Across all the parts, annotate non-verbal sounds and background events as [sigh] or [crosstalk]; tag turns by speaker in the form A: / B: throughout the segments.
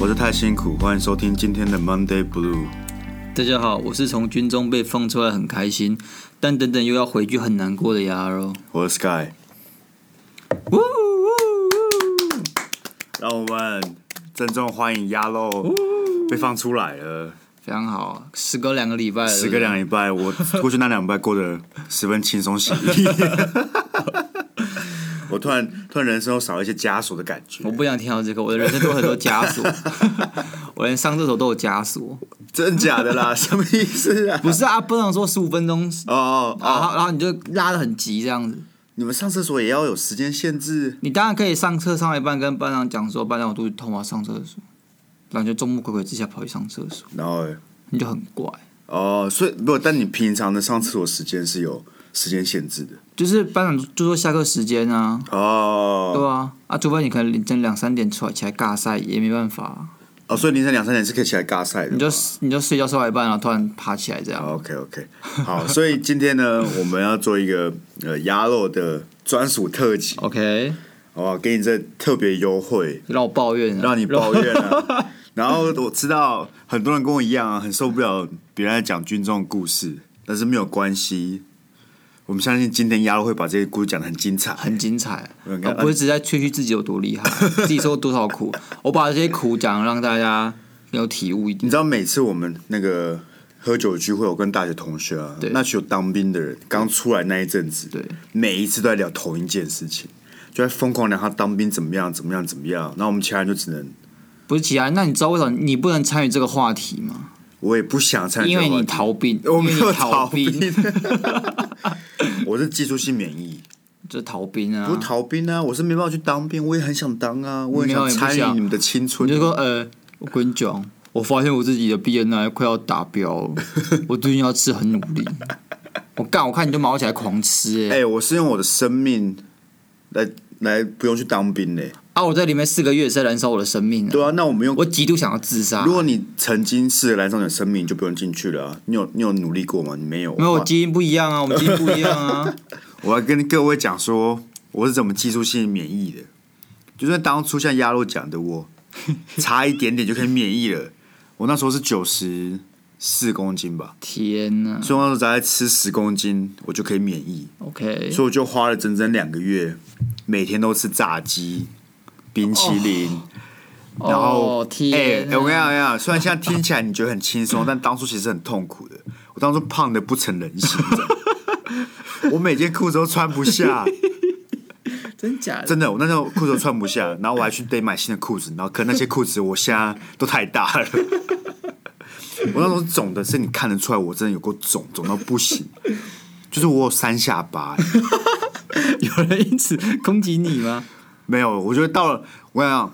A: 我是太辛苦，欢迎收听今天的 Monday Blue。
B: 大家好，我是从军中被放出来很开心，但等等又要回去很难过的哦鸭肉。
A: 我是 Sky，
B: 呜呜呜！
A: 让我们郑重欢迎鸭肉被放出来了。
B: 非常好，时隔两个礼拜了，
A: 时隔两礼拜，我 [laughs] 过去那两礼拜过得十分轻松写
B: [laughs]
A: 意。我突然突然人生又少了一些枷锁的感觉
B: 我，不想听到这个，我的人生都有很多枷 [laughs] 锁，我连上厕所都有枷锁。
A: 真假的
B: [laughs]
A: 啦？什么意思啊？
B: 不是啊，不能说十五分钟，
A: 哦哦
B: 啊然
A: 哦！
B: 后然后你就拉的很急这样子。
A: 你们上厕所也要有时间限制？
B: 你当然可以上车上到一半跟班长讲说，班长我肚子痛，我要上厕所，然后就众目睽睽之下跑去上厕所，
A: 然后
B: 你就很怪。
A: 哦，所以不，但你平常的上厕所时间是有时间限制的
B: 就是班长就说下课时间啊，对
A: 哦
B: 啊，啊，除非你可能凌晨两三点出来起来尬赛也没办法啊，
A: 哦，所以凌晨两三点是可以起来尬赛的吗。
B: 你就你就睡觉睡到一半，然后突然爬起来这样。
A: OK OK，好，所以今天呢，我们要做一个呃鸭肉的专属特辑，
B: OK，
A: 好不好？给你这特别优惠，
B: [laughs] 让我抱怨啊，
A: 让你抱怨啊。 [laughs] 然后我知道很多人跟我一样啊，很受不了别人在讲军中的故事，但是没有关系，我们相信今天鸭肉会把这些故事讲的很精彩。
B: 很精彩，啊
A: 嗯
B: 我不会只在吹嘘自己有多厉
A: [laughs]
B: 害，自己受多少苦，我把这些苦讲让大家更有体悟一
A: 你
B: 点。
A: 知道每次我们那个喝酒聚会，我跟大学同学啊，
B: 对
A: 那群有当兵的人刚出来那一阵子，
B: 对，
A: 每一次都在聊同一件事情，就在疯狂聊他当兵怎么样怎么样怎么样。然后我们其他人就只能，
B: 不是其他，那你知道为什么你不能参与这个话题吗？
A: 我也不想参与
B: 因
A: 这个
B: 为
A: 话
B: 你
A: 题，
B: 逃避，
A: 我没
B: 因为
A: 有
B: 你逃避，
A: 兵， [laughs] 我是技术性免疫，
B: 就逃兵
A: 不
B: 啊
A: 是！逃兵啊，我是没办法去当兵，我也很想当啊，我也
B: 没
A: 想
B: 有也不
A: 参与
B: 想
A: 你们的青
B: 你
A: 春
B: 就。说呃，我跟你讲，我发现我自己的 BNI 快要达
A: [laughs]
B: 标了，我最近要吃很努力。我干，我看你就毛起来狂吃哎、
A: 哎、我是用我的生命来来不用去当兵嘞、
B: 啊！我在里面四个月也是在燃烧我的生命、啊，
A: 对啊，那我们用
B: 我极度想要自杀
A: 如。果你曾经试着燃烧你的生命，你就不用进去了、啊。你有你有努力过吗？你没有。
B: 没有，我
A: 哇
B: 基因不一样啊，我们基因不一
A: [laughs]
B: 样啊。
A: 我要跟各位讲说，我是怎么技术性免疫的。就是当初像鸭肉讲的，
B: [laughs]
A: 我差一点点就可以免疫了。我那时候是九十四公斤吧，
B: 天呐
A: 所以我那时候只要吃十公斤，我就可以免疫。
B: ，OK，
A: 所以我就花了整整两个月，每天都吃炸鸡、冰淇淋。然后，
B: 哦
A: 哎、
B: 天
A: 哎我跟你讲，我
B: 呐
A: 跟你讲，虽然现在听起来你觉得很轻
B: [laughs]
A: 松，但当初其实很痛苦的。我当初胖的不成人形，你知道吗 [laughs] 我每件裤子都穿不下，
B: 真假的？
A: 真的，我那时候裤子都穿不下，然后我还去得买新的裤子，然后可那些裤子我现在都太大了。 [laughs] 我那时候肿的是你看得出来，我真的有够肿，肿到不行，就是我有三下巴、哎
B: 有人
A: [laughs]
B: 因此攻击你吗？
A: 没有，我觉得到了，我跟你讲，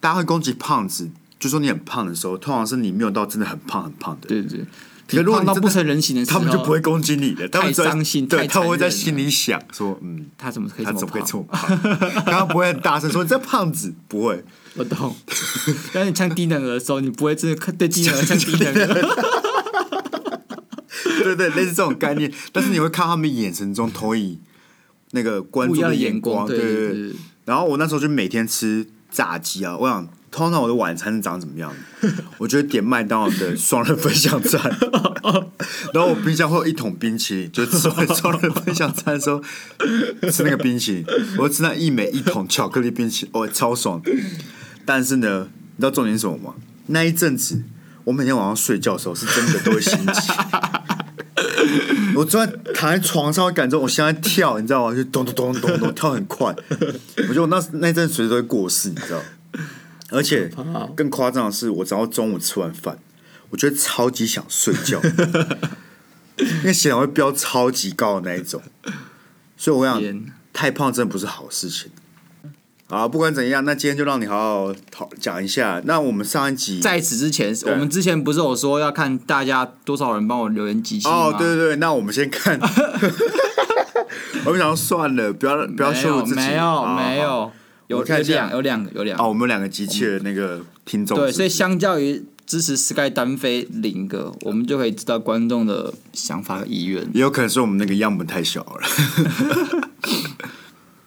A: 大家会攻击胖子，就说你很胖的时候，通常是你没有到真的很胖很胖的。
B: 对对
A: 可
B: 对，
A: 如果你
B: 你
A: 真
B: 胖到
A: 的
B: 不成人形的时
A: 他
B: 候，
A: 们就不会攻击你的，他们只会
B: 太伤心
A: 对，
B: 太
A: 他
B: 残
A: 们会在
B: 忍了
A: 心里想说，嗯，
B: 他怎么可以
A: 他
B: 这么
A: 怎么会这
B: 胖？
A: 么胖？ [laughs] 刚刚不会很大声说你这胖子，不会， [laughs]
B: 我懂。当你唱低能儿的时候，你不会真的看对低能儿
A: [laughs]
B: 唱低能儿，
A: 对对，类似这种概念。但是你会看他们眼神中投以那个关
B: 不一
A: 注
B: 样的
A: 眼
B: 眼光。
A: 对
B: 对对
A: 对。
B: 对，
A: 然后我那时候就每天吃炸鸡啊，我想通常我的晚餐是长怎么样 [laughs] 的？我就会点麦当劳的双人分享餐， [laughs] 然后我冰箱会有一桶冰淇淋，就吃完双人分享餐的时候吃那个冰淇淋，我吃那一美一桶巧克力冰淇淋，哦，超爽。但是呢，你知道重点是什么吗？那一阵子，我每天晚上睡觉的时候是真的都会心悸。我坐在躺在床上，我感觉我现在跳，你知道吗？就咚咚咚咚咚跳很快。我觉得我那那一阵随时都会过世，你知道。而且更夸张的是，我只要中午吃完饭，我觉得超级想睡觉，那个血糖会飙超级高的那一种。所以我想
B: 天，
A: 太胖真的不是好事情。好，不管怎样，那今天就让你好好讨讲一下。那我们上一集
B: 在此之前，我们之前不是有说要看大家多少人帮我留言集气吗？
A: 哦，对对对，那我们先
B: [laughs]
A: 看。我们想说算了，不要不要
B: 没
A: 羞
B: 有
A: 辱自己，
B: 没
A: 好
B: 有
A: 好
B: 没有，有
A: 我看一
B: 有
A: 下
B: 两有两个有两
A: 哦，
B: 个。
A: 我们有两个机器的那个听众，
B: 对，
A: 是不是
B: 所以相较于支持 Sky 单飞零个，我们就可以知道观众的想法和意愿。
A: 也有可能是我们那个样本太小了。 [laughs]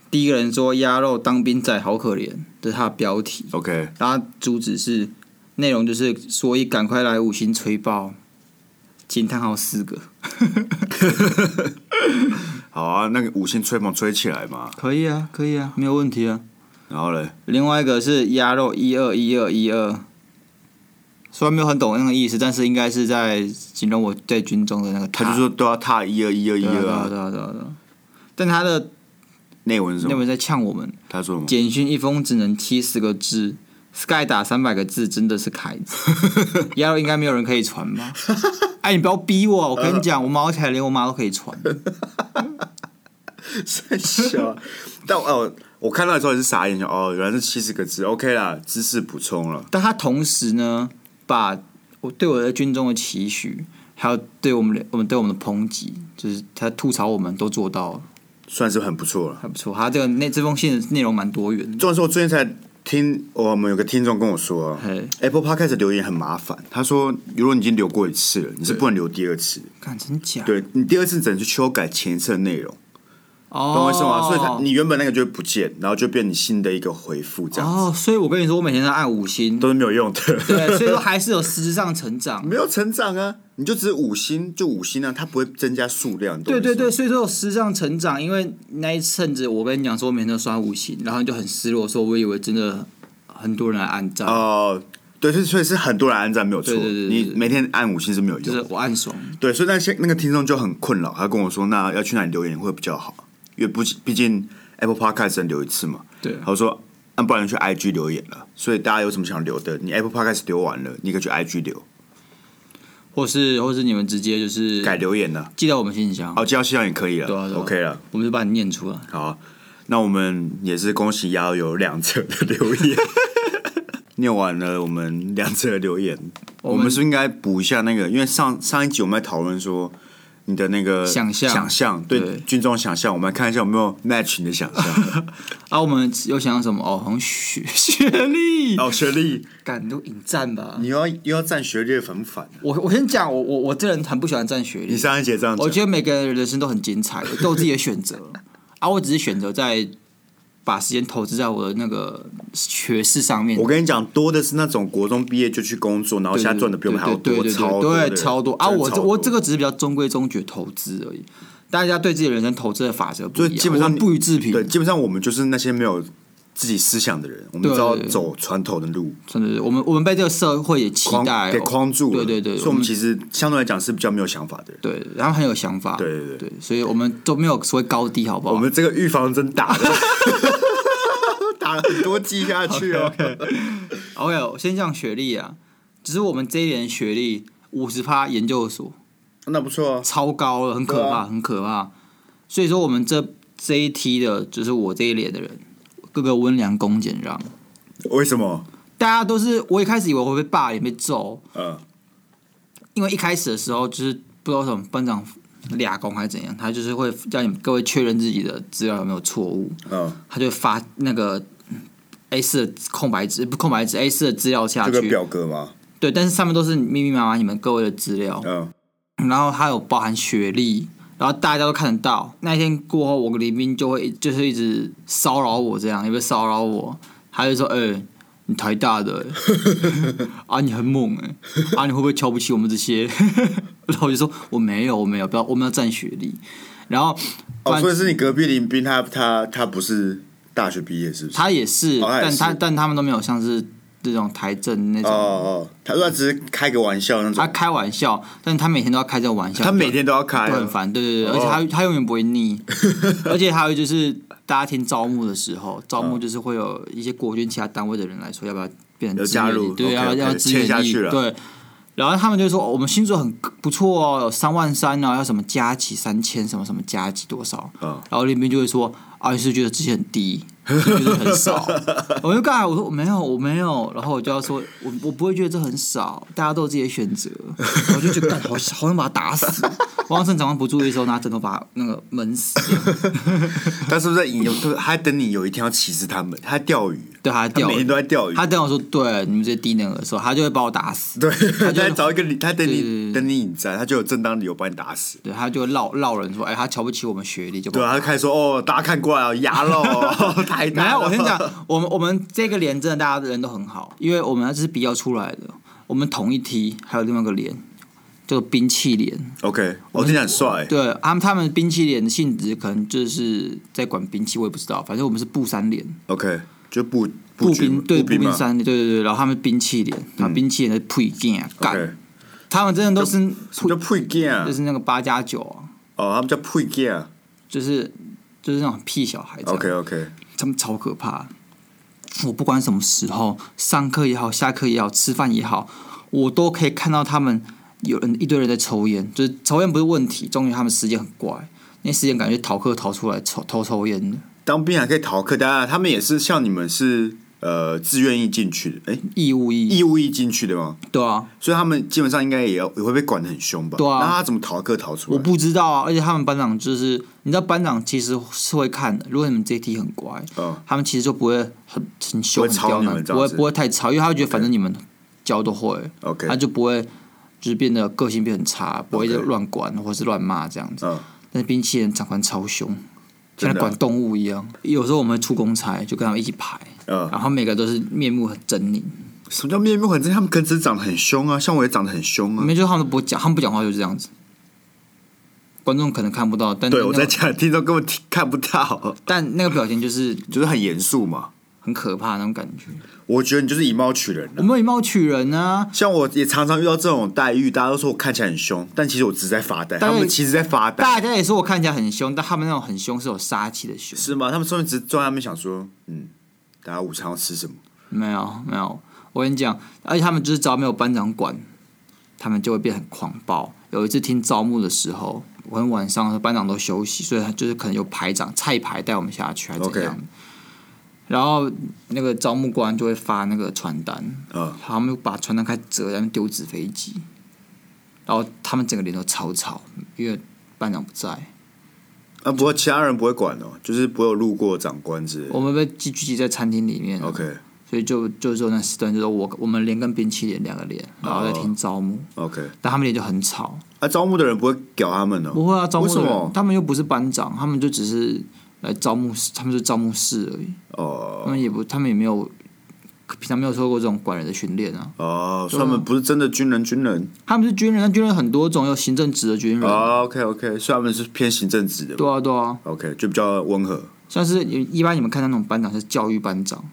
B: 第一个人说“鸭肉当兵仔好可怜”，这是他的标题。
A: OK，
B: 然后主旨是内容就是所以赶快来五星吹爆，惊叹号四个， [laughs]
A: 好啊，那个五星吹捧吹起来嘛。
B: 可以啊，可以啊，没有问题啊。
A: 然后嘞，
B: 另外一个是鸭肉一二一二一二，虽然没有很懂那个意思，但是应该是在形容我在军中的那个
A: 他
B: 他
A: 就说都要踏一二一二一
B: 对啊
A: 二
B: 对啊
A: 啊。
B: 对啊对啊对啊，但他的
A: 内文是什
B: 那
A: 么？
B: 文在呛我们，
A: 他说什么？
B: 简讯一封只能七十个字，Sky 打三百个字真的是凯子， [laughs] 鸭肉应该没有人可以
A: [laughs]
B: 传吧？哎，你不要逼我，我跟你讲，我毛起来连我妈都可以传。
A: [laughs] 太小啊。但哦，我看到的时候也是傻眼，想哦，原来是七十个字，OK 啦，知识补充了。
B: 但他同时呢，把我对我的军中的期许，还有对我们的我们对我们的抨击，就是他吐槽我们都做到了，
A: 算是很不错了。
B: 还不错。他这个那这封信的内容蛮多元的，
A: 重点是我最近才听，哦我们有个听众跟我说
B: 嘿
A: ，Apple Podcast 留言很麻烦。他说，如果你已经留过一次了，你是不能留第二次。
B: 看真假？，
A: 对你第二次只能去修改前一次的内容，
B: 哦，
A: 懂我意思吗？所以它你原本那个就会不见，然后就变你新的一个回复，这样子、
B: 哦，所以我跟你说，我每天都按五星，
A: 都是没有用的。 [laughs]
B: 对，所以说还是有实质上成长。
A: 没有成长啊，你就只是五星就五星啊，它不会增加数量。你懂我
B: 对
A: 意思
B: 对
A: 吗
B: 对，，所以说有时尚成长，因为那一阵子我跟你讲说，我每天都刷五星，然后你就很失落，说我以为真的很多人来按赞，
A: 哦、对，所以所以是很多人按赞没有错，
B: 对对对对
A: 你每天按五星是没有
B: 就
A: 用。
B: 是我暗爽。
A: 对，所以那些那个听众就很困扰，他跟我说，那要去哪里留言会比较好？因为不毕竟 Apple Podcast 只能留一次嘛。
B: 对
A: 他说，那不然去 IG 留言了。所以大家有什么想留的，你 Apple Podcast 留完了，你可以去 IG 留，
B: 或是或是你们直接就是
A: 改留言呢。
B: 寄到我们信箱，
A: 哦，这样信也可以了。
B: 嗯对啊对啊
A: OK 了，
B: 我们就把你念出来。
A: 好啊，那我们也是恭喜瑶有两则的留
B: [laughs]
A: 言。念完了我们两则的留言，我们是不是应该补一下那个，因为上上一集我们在讨论说你的那个
B: 想象
A: 想象对
B: 对
A: 军中想象，我们来看一下有没有 match 你的想象。
B: [laughs] 啊，我们有想到什么？哦，好像 [laughs] 学学历，
A: 哦，学历，
B: 敢都引战吧。
A: 你又要又要占学历的反不反？
B: 我我先讲，我我我这人很不喜欢占学
A: 你
B: 历，
A: 上一节这样
B: 我
A: 讲，
B: 觉得每个人的人生都很精彩，都有自己的
A: [laughs]
B: 选择。啊，我只是选择在把时间投资在我的那个学识上面
A: 我。跟你讲，多的是那种国中毕业就去工作，然后现在赚的比我们还要
B: 对
A: 多，
B: 对对
A: 超多
B: 对
A: 的，
B: 超多啊！
A: 真的
B: 我
A: 超
B: 这我
A: 多
B: 这个只是比较中规中矩的投资而已。大家对自己的人生投资的法则不
A: 就
B: 一样，
A: 基本上
B: 我
A: 你
B: 不予置评。
A: 对，基本上我们就是那些没有自己思想的人，我们
B: 对
A: 只要
B: 对对
A: 走传统的路，
B: 真的，我们我们被这个社会也期
A: 框
B: 待哦
A: 给框住了。
B: 对对对，
A: 所以我们其实相对来讲是比较没有想法的人。
B: 对，然后很有想法，
A: 对对对
B: 对，所以我们都没有所谓高低，好不好？
A: 我们这个预防针打
B: [laughs]
A: 了，打了很多剂下去哦。
B: OK，我先讲学历啊，只是我们这一年学历五十趴研究所
A: 那不错啊，
B: 超高了，很可
A: 对
B: 怕，
A: 啊
B: 很可怕。所以说我们这这一批的，就是我这一年的人，各个温良恭俭让，
A: 为什么？
B: 大家都是我一开始以为我会被霸凌被揍，
A: 嗯，
B: 因为一开始的时候就是不知道为什么班长俩公还是怎样，他就是会叫你们各位确认自己的资料有没有错误。
A: 嗯，
B: 他就会发那个 A 四的空白纸，不空白纸 A 四的资料下
A: 这个
B: 去，
A: 表格嘛，
B: 对，但是上面都是密密麻麻你们各位的资料，
A: 嗯，
B: 然后它有包含学历，然后大家都看得到。那一天过后，我跟林斌就会就是一直骚扰我，这样有没有骚扰我？他就说：“哎、你台大的、 [laughs] 欸啊，你很猛哎、啊，你会不会瞧不起我们这些？” [laughs] 然后我就说：“我没有，我没有，不要，我们要占学历。”然后
A: 哦，所以是你隔壁林斌，他他他不是大学毕业，是不是？
B: 他也是，
A: 哦他也
B: 但他
A: 是
B: 但他们都没有像是这种台政那
A: 哦
B: 种，
A: 哦，他说他只是开个玩笑那
B: 他
A: 种，
B: 开玩笑，但他每天都要开这个玩笑，
A: 他每天都要开
B: 就
A: 啊，
B: 很烦，对对对，
A: 哦
B: 而且他他永远不
A: [laughs]
B: 会腻，而且还有就是大家听招募的时候，招
A: 嗯
B: 募就是会有一些国军其他单位的人来说要不要变成
A: 有
B: 志
A: 加
B: 愿
A: 入
B: 役对，要
A: OK，OK，
B: 要志愿
A: 签下
B: 役
A: 去了
B: 对。然后他们就说、哦我们薪水很不错哦，有三万三啊，要什么加起三千，什么什么加起多少？
A: 嗯
B: 然后林斌就会说啊，你是不是觉得之前很低，你是不是觉得
A: [laughs]
B: 很少。我就刚才我说我没有，我没有，然后我就要说，我我不会觉得这很少，大家都有自己的选择。然后我就觉得
A: [laughs]
B: 干好好想把他打死。汪胜长官不注意的时候，拿枕头把他那个闷死。 [laughs]
A: 他是不是在引诱？他还等你有一天要歧视他们？他钓鱼，
B: 对，他在
A: 他
B: 钓
A: 每天
B: 鱼。
A: 都在钓鱼。
B: 他跟我说：“对，你们这些低能儿的时候，他就会把我打死。
A: 对，他
B: 他就
A: 在找一个理，
B: [laughs]
A: 他等
B: 对对
A: 你
B: 对
A: 等你引战，他就有正当理由把你打死。
B: 对，他就会绕绕人说：‘哎，他瞧不起我们学历，就把
A: 对
B: 我
A: 啊，他就开始说哦，大家看过来哦，牙
B: [laughs]
A: 肉哦太
B: 没
A: 大
B: 有，
A: 了。
B: 我先讲，我们我们这个连真的大家人都很好，因为我们这是比较出来的。我们同一梯还有另外一个连，叫做兵器连。
A: ，OK，我听起来很帅，
B: 对他们，他们兵器连的性质可能就是在管兵器，我也不知道。反正我们是步三连，
A: ，OK，就步
B: 步
A: 军
B: 兵对
A: 步
B: 步
A: 兵
B: 兵
A: 嘛嗯
B: 三连，对对对。然后他们兵器连，他们兵器连是配件啊
A: ，OK，
B: 干，他们真的都是
A: 什么叫
B: 配，
A: 配件啊
B: 就？是那个八加九啊，
A: 哦，他们叫配件啊
B: 就是就是那种屁小孩子。啊
A: ，OK OK，
B: 他们超可怕。我不管什么时候，上课也好，下课也好，吃饭也好，我都可以看到他们有人一堆人在抽烟，就是抽烟不是问题，终于他们时间很怪，那时间感觉逃课逃出来抽偷抽烟的
A: 当兵还可以逃课，当然他们也是像你们是呃自愿意进去的，哎，
B: 义务义
A: 义务役进去的吗？
B: 对啊，
A: 所以他们基本上应该也要也会被管的很凶吧？
B: 对啊
A: 那他怎么逃课逃出来？
B: 我不知道啊，而且他们班长就是你知道班长其实是会看的，如果你们这一题很乖，
A: 嗯
B: 他们其实就不会很很
A: 不
B: 凶
A: 会
B: 很
A: 吵
B: 刁
A: 你们
B: 难，
A: 这
B: 不
A: 样
B: 会
A: 子
B: 不会太吵，因为他会觉得反正你们教都会。
A: ，OK，
B: 他就不会就是变得个性变得很差，不会
A: OK
B: 乱管或是乱骂这样子。
A: 嗯
B: 但是冰淇淋长官超凶，
A: 真
B: 像
A: 的
B: 在
A: 啊
B: 管动物一样。有时候我们会出公差，就跟他们一起排，
A: 嗯，
B: 然后每个都是面目很狰狞，
A: 什么叫面目很正？他们跟只长得很凶啊，像我也长得很凶
B: 里
A: 啊。
B: 面就是他们不讲，他们不讲话就是这样子。观众可能看不到，但
A: 对，
B: 那个
A: 我在讲，听众根本听看不到，
B: 但那个表情就是
A: 就是很严肃嘛。
B: 很可怕的那种感觉。
A: 我觉得你就是以貌取人
B: 我
A: 了、
B: 们以貌取人啊，
A: 像我也常常遇到这种待遇，大家都说我看起来很凶，但其实我只是在发呆。
B: 大
A: 他
B: 家
A: 们其实在发呆，
B: 大家也说我看起来很凶，但他们那种很凶是有杀气的凶。
A: 是吗？他们说明只是坐在那边想说，嗯，大家午餐要吃什么？
B: 没有没有，我跟你讲，而且他们就是只要没有班长管，他们就会变很狂暴。有一次听招募的时候，我们晚上的时候班长都休息，所以他就是可能有排长菜排带我们下去，还是
A: OK
B: 怎样的然后那个招募官就会发那个传单，
A: 嗯，
B: 他们把传单开始折，然后丢纸飞机，然后他们整个脸都超吵，因为班长不在。
A: 啊，不过其他人不会管哦，就是不会有路过的长官之类的。
B: 我们被聚聚集在餐厅里面
A: OK
B: 所以就就只有那时段，就是我我们连跟冰淇淋两个连，然后在
A: 哦
B: 听招募。
A: OK，
B: 但他们也就很吵，
A: 啊，招募的人不会屌他们哦。
B: 不会啊，招募的
A: 为什
B: 人
A: 么
B: 他们又不是班长，他们就只是来招募，他们就招募室而已，他
A: 哦
B: 们也不，他们也没有平常没有受过这种管人的训练啊。
A: 哦，所以他们不是真的军人，军人。
B: 他们是军人，但军人很多种，有行政职的军人，
A: 哦，OK OK，所以他们是偏行政职的嘛。
B: 对啊对啊，
A: OK，就比较温和。
B: 像是一般你们看到那种班长是教育班长，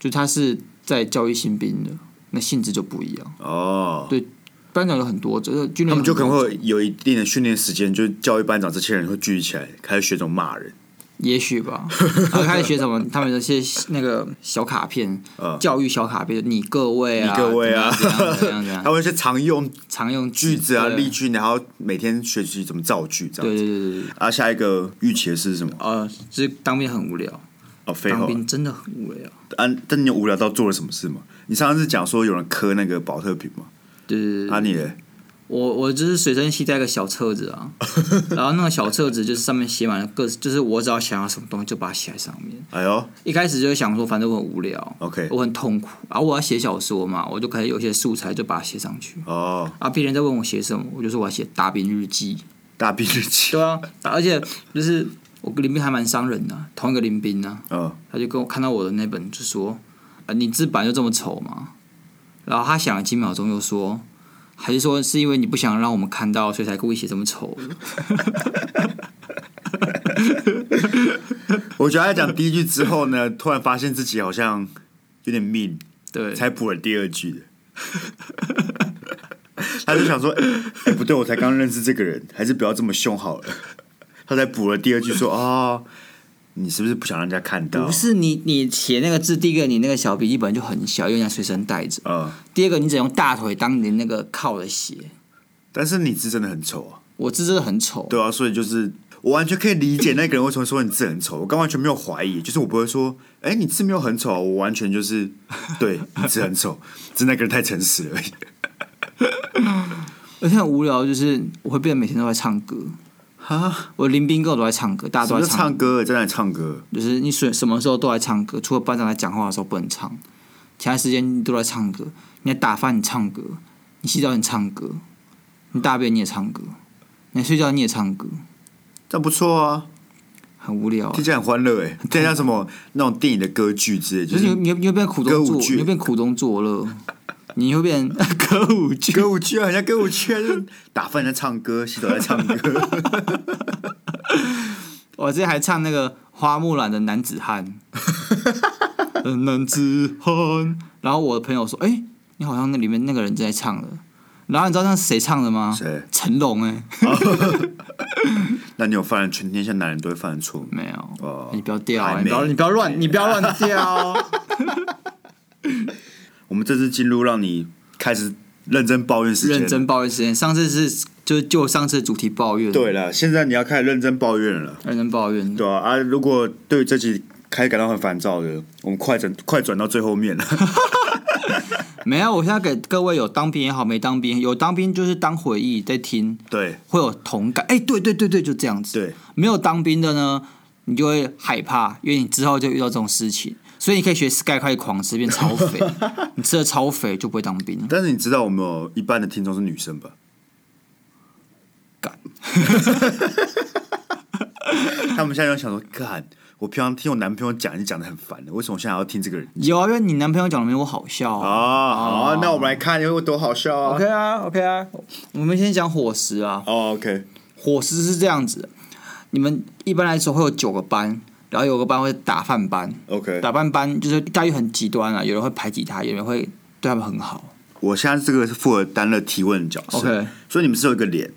B: 就他是在教育新兵的，那性质就不一样。
A: 哦，
B: 对班长有很多，就是军人
A: 他们就可能
B: 有很多
A: 会有一定的训练时间，就是教育班长这些人会聚集起来，开始学种骂人。
B: 也许
A: [laughs]
B: 吧，然后开始学什么？他们有些那个小卡片，
A: 嗯
B: 教育小卡片，你各位啊，
A: 你各位啊
B: 怎样怎样怎
A: [laughs]
B: 样
A: 还，有一些常用
B: 常用
A: 句子啊、
B: 对
A: 例句，然后每天学习怎么造句这样
B: 对
A: 子。
B: 对对对对，
A: 啊，下一个预期的是什么？
B: 呃，就是当兵很无聊，
A: 哦，废话
B: 当。兵真的很无聊，
A: 啊，但你有无聊到做了什么事吗？你上次讲说有人磕那个保特瓶嘛？
B: 对对对对，
A: 啊，你嘞
B: 我我就是随身携带一个小册子
A: [laughs]
B: 啊，然后那个小册子就是上面写满了各，就是我只要想要什么东西就把它写在上面。
A: 哎呦
B: 一开始就想说，反正我很无聊，
A: ，OK，
B: 我很痛苦，然后我要写小说嘛，我就可能有一些素材就把它写上去。
A: 哦，
B: 啊，别人在问我写什么，我就说我要写大兵日记。
A: 大兵日记，
B: 对啊，而且就是我林斌还蛮伤人的啊、同一个林斌呢、
A: 嗯，
B: 他就跟我看到我的那本就说：“啊，你字版就这么丑吗？”然后他想了几秒钟，又说：“还是说是因为你不想让我们看到，所以才故意写这么丑的
A: 我觉得他讲第一句之后呢，突然发现自己好像有点命，？”
B: 对，
A: 才补了第二句的。 [laughs] 他就想说，哎、哎不对，我才刚认识这个人，还是不要这么凶好了。他才补了第二句说，哦，你是不是不想让人家看到？
B: 不是你你写那个字，第一个你那个小笔记本就很小，因为你要随身带着；
A: 呃，
B: 第二个你只能用大腿当你的那个靠的写。
A: 但是你字真的很丑啊。
B: 我字真的很丑，
A: 对啊，所以就是我完全可以理解那个人为什么说你字很丑，我刚完全没有怀疑，就是我不会说，哎、你字没有很丑啊，我完全就是对你字很丑，只是那个人太诚实了而已。
B: 而且很无聊，就是我会变得每天都在唱歌。
A: 哈，
B: 我林斌跟我都在唱歌，大家
A: 什
B: 都
A: 么
B: 在
A: 叫
B: 唱
A: 唱歌？在那里唱歌？
B: 就是你什什么时候都来唱歌，除了班长来讲话的时候不能唱，其他时间你都来唱歌。你在打饭你唱歌，你洗澡你唱歌，你大便你也唱歌，你睡觉你也唱歌，
A: 但不错啊，
B: 很无聊、啊
A: 听。起来很欢乐哎。这像什么那种电影的歌剧之类，
B: 就
A: 就是
B: 你
A: 是
B: 会你会你会变苦
A: 歌
B: 中
A: 舞
B: 作，
A: 剧
B: 你会变苦中作乐，你会变歌舞剧。
A: 歌舞剧啊，好像歌舞剧啊，就是打饭在唱歌，洗澡在唱 [laughs] 歌。
B: 我之前还唱那个花木兰的男子汉， [laughs] 呃男子汉。然后我的朋友说：“哎、你好像那里面那个人在唱的。”然后你知道那是谁唱的吗？
A: 谁
B: 成龙哎、
A: 那你有犯了全天下男人都会犯的错吗？
B: 没有，
A: 哦
B: 你不要掉、
A: 还
B: 啊，
A: 没
B: 你不要，你不要乱，你不要乱
A: [laughs]
B: 掉。啊
A: 我们这次进入让你开始认真抱怨时间了，
B: 认真抱怨时间，上次是就是就上次的主题抱怨，，
A: 对了，现在你要开始认真抱怨了，
B: 认真抱怨，
A: 对啊，啊，如果对这集开始感到很烦躁的，我们快转快转到最后面了。 [laughs]
B: 没有，我现在给各位有当兵也好，没当兵，有当兵就是当回忆在听，
A: 对
B: 会有同感。哎、对对对对，就这样子。
A: 对，
B: 没有当兵的呢，你就会害怕，因为你之后就遇到这种事情，所以你可以学 Sky 开始狂吃，变超
A: [laughs]
B: 肥，你吃的超肥就不会当兵了。
A: 但是你知道我们有一半的听众是女生吧？
B: 干，
A: [laughs] 他们现在就想说，干，我平常听我男朋友讲，你讲的很烦的，为什么我现在还要听这个人？
B: 有啊，因为你男朋友讲的没我好笑
A: 啊、
B: 啊。
A: 好啊，那我们来看有多好笑啊
B: OK 啊，OK 啊，我们先讲伙食啊。
A: 哦，OK，
B: 伙食是这样子，你们一般来说会有九个班，然后有个班会打饭班，
A: OK，
B: 打饭班就是待遇很极端啊，有人会排挤他，有人会对他们很好。
A: 我现在这个是负责担了提问的角色
B: OK
A: 所以你们是有一个脸，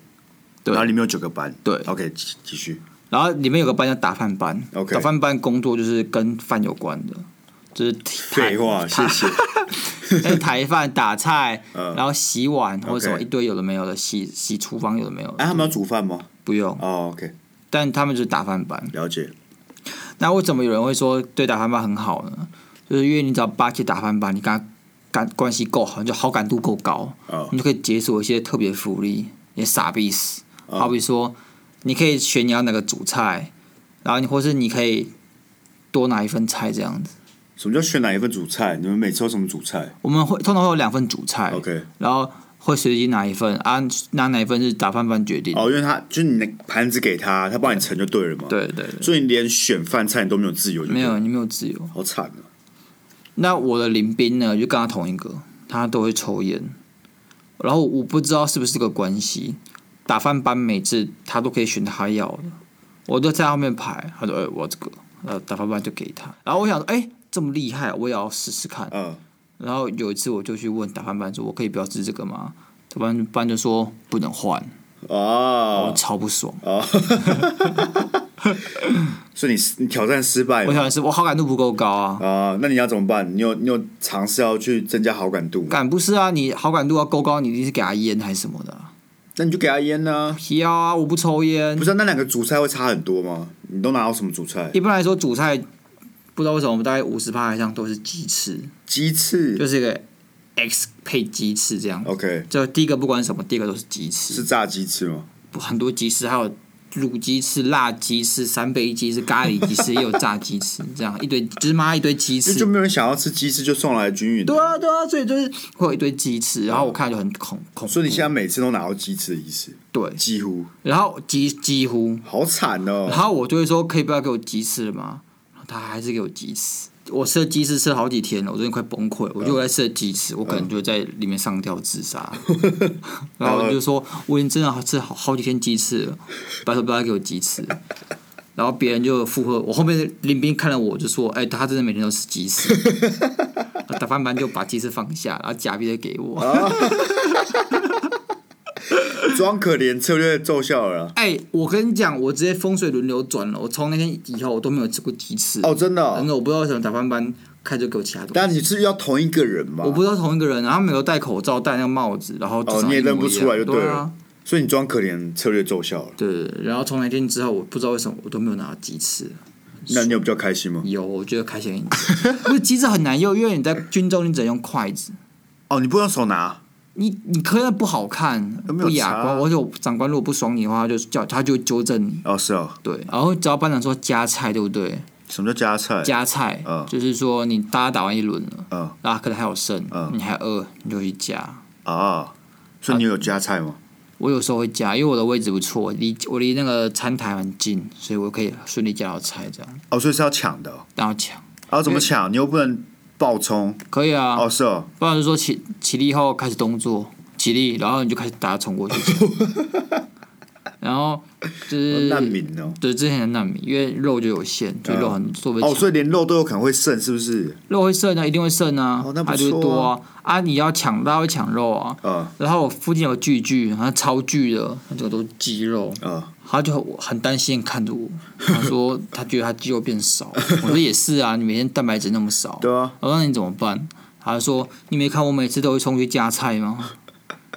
B: 对
A: 然后里面有九个班，
B: 对
A: ，OK，继继
B: [laughs]
A: 续，
B: 然后里面有个班叫打饭班
A: OK
B: 打饭班工作就是跟饭有关的，就是台
A: 废话， [laughs] 谢
B: [laughs]
A: 谢，啊
B: 台台饭、打菜，
A: [laughs] 嗯
B: 然后洗碗或者什么
A: OK
B: 一堆有的没有的，洗洗厨房有的没有的，
A: 哎、他们要煮饭吗？
B: 不用，
A: 哦，OK，
B: 但他们就是打饭班。
A: 了解，
B: 那为什么有人会说对打饭班很好呢？就是因为你只要八去打饭班，你跟他感关系够好，你就好感度够高，
A: 哦
B: 你就可以解锁一些特别福利，也傻逼死。
A: 哦
B: 好比说，你可以选你要哪个主菜，然后你或是你可以多拿一份菜这样子。
A: 什么叫选哪一份主菜？你们每次有什么主菜
B: 我们会通常会有两份主菜
A: ？OK，
B: 然后会随机拿一份，啊，拿哪一份是打饭班决定。
A: 哦，因为他就是你的盘子给他，他帮你盛就对了嘛。，
B: 对对对，
A: 所以你连选饭菜你都没有自由，
B: 没有，你没有自由。
A: 好惨啊！
B: 那我的林斌呢，就跟他同一个，他都会抽烟。然后我不知道是不是这个关系，打饭班每次他都可以选他要的，我都在后面排，他说：“哎、我要这个。”呃，打饭班就给他。然后我想说：“哎、这么厉害，我也要试试看。
A: 嗯，”
B: 然后有一次我就去问打饭班说：“我可以不要吃这个吗？”打饭班就说：“不能换。”我
A: 哦
B: 超不爽。
A: 哦，所以你你挑战失败
B: 我
A: 了
B: 想的是，我好感度不够高啊。
A: 啊？那你要怎么办？你有你有尝试要去增加好感度吗？
B: 敢不是啊？你好感度要够高，你一定是给他烟还是什么的啊？
A: 那你就给他烟呢？
B: 不要啊！我不抽烟
A: 不。是啊那两个主菜会差很多吗？你都拿到什么主菜？
B: 一般来说，主菜不知道为什么，我们大概五十趴以上都是鸡翅，
A: 鸡翅
B: 就是一个 X 配鸡翅这样。
A: ，OK，
B: 就第一个不管什么，第二个都是鸡翅
A: 是，炸鸡翅吗？
B: 很多鸡翅，还有卤鸡翅、辣鸡翅、三杯鸡翅、咖喱鸡翅，也有炸鸡翅，这样一堆，就是妈一堆鸡
A: 就就
B: 翅。
A: 没有人想要吃鸡翅，就送来均匀的
B: 对。啊，对啊，所以就是会有一堆鸡翅，然后我看就很恐恐怖。
A: 所以你现在每次都拿到鸡翅的意思，
B: 对，
A: 几乎
B: 然后几几乎
A: 好惨哦
B: 然。后我就会说可以不要给我鸡翅了吗？然后他还是给我鸡翅。我吃了鸡翅吃了好几天了，我真的快崩溃了。我觉得我在吃了鸡翅，我可能就会在里面上吊自杀。然后我就说我已经真的吃了好好几天鸡翅了，拜托不要给我鸡翅。然后别人就附和我，后面的林斌看了我就说：“哎、他真的每天都吃鸡翅。”打饭班就把鸡翅放下，然后假币的给我。
A: 装可怜策略奏效了啦。
B: 哎、我跟你讲，我直接风水轮流转了。我从那天以后我都没有吃过鸡翅。
A: 哦，真的
B: 真
A: 哦、
B: 的，我不知道为什么打饭班开始给我其他东西，
A: 但你是要同一个人吗？
B: 我不知道同一个人，然后他们有戴口罩、戴那个帽子，然后
A: 哦你也认不出来就
B: 对
A: 对了
B: 啊。
A: 所以你装可怜策略奏效了。
B: 对，然后从那天之后，我不知道为什么我都没有拿到鸡翅。
A: 那你有比较开心吗？
B: 有，我觉得开心一 [laughs] 点。不是鸡翅很难用，因为你在军中你只能用筷子，
A: 哦，你不用手拿，
B: 你你科任不好看，
A: 都没有
B: 不雅观，
A: 差
B: 而且我长官如果不爽你的话，他就叫他就纠正你。
A: 哦，是哦，
B: 对，然后只要班长说加菜，对不对？
A: 什么叫加菜？
B: 加菜，
A: 嗯
B: 就是说你大家打完一轮了，
A: 嗯
B: 然后可能还有剩，
A: 嗯
B: 你还饿，你就去加。
A: 啊，所以你有加菜
B: 啊
A: 吗？
B: 我有时候会加，因为我的位置不错，离我离那个餐台很近，所以我可以顺利加到菜这样。
A: 哦，所以是要抢的哦，
B: 然后抢，
A: 啊，怎么抢？你又不能爆冲。
B: 可以啊，
A: 哦，是哦，
B: 不然就说起起立后开始动作，起立，然后你就开始打冲过去，
A: [laughs]
B: 然后就是
A: 难民哦。
B: 对之前的难民，因为肉就有限，所以肉很做不起。
A: 哦，所以连肉都有可能会剩，是不是？
B: 肉会剩啊，一定会剩啊，
A: 哦那不
B: 还是会
A: 错
B: 多
A: 啊
B: 啊啊！你要抢，大家会抢肉啊。
A: 呃
B: 然后我附近有巨巨，他超巨的，他这个都是肌肉，
A: 呃，
B: 他就很担心地
A: [laughs]
B: 看着我，他说他觉得他肌肉变少。我说也是啊，你每天蛋白质那么少，
A: 对啊，
B: 我说那你怎么办？他说你没看我每次都会冲去夹菜吗？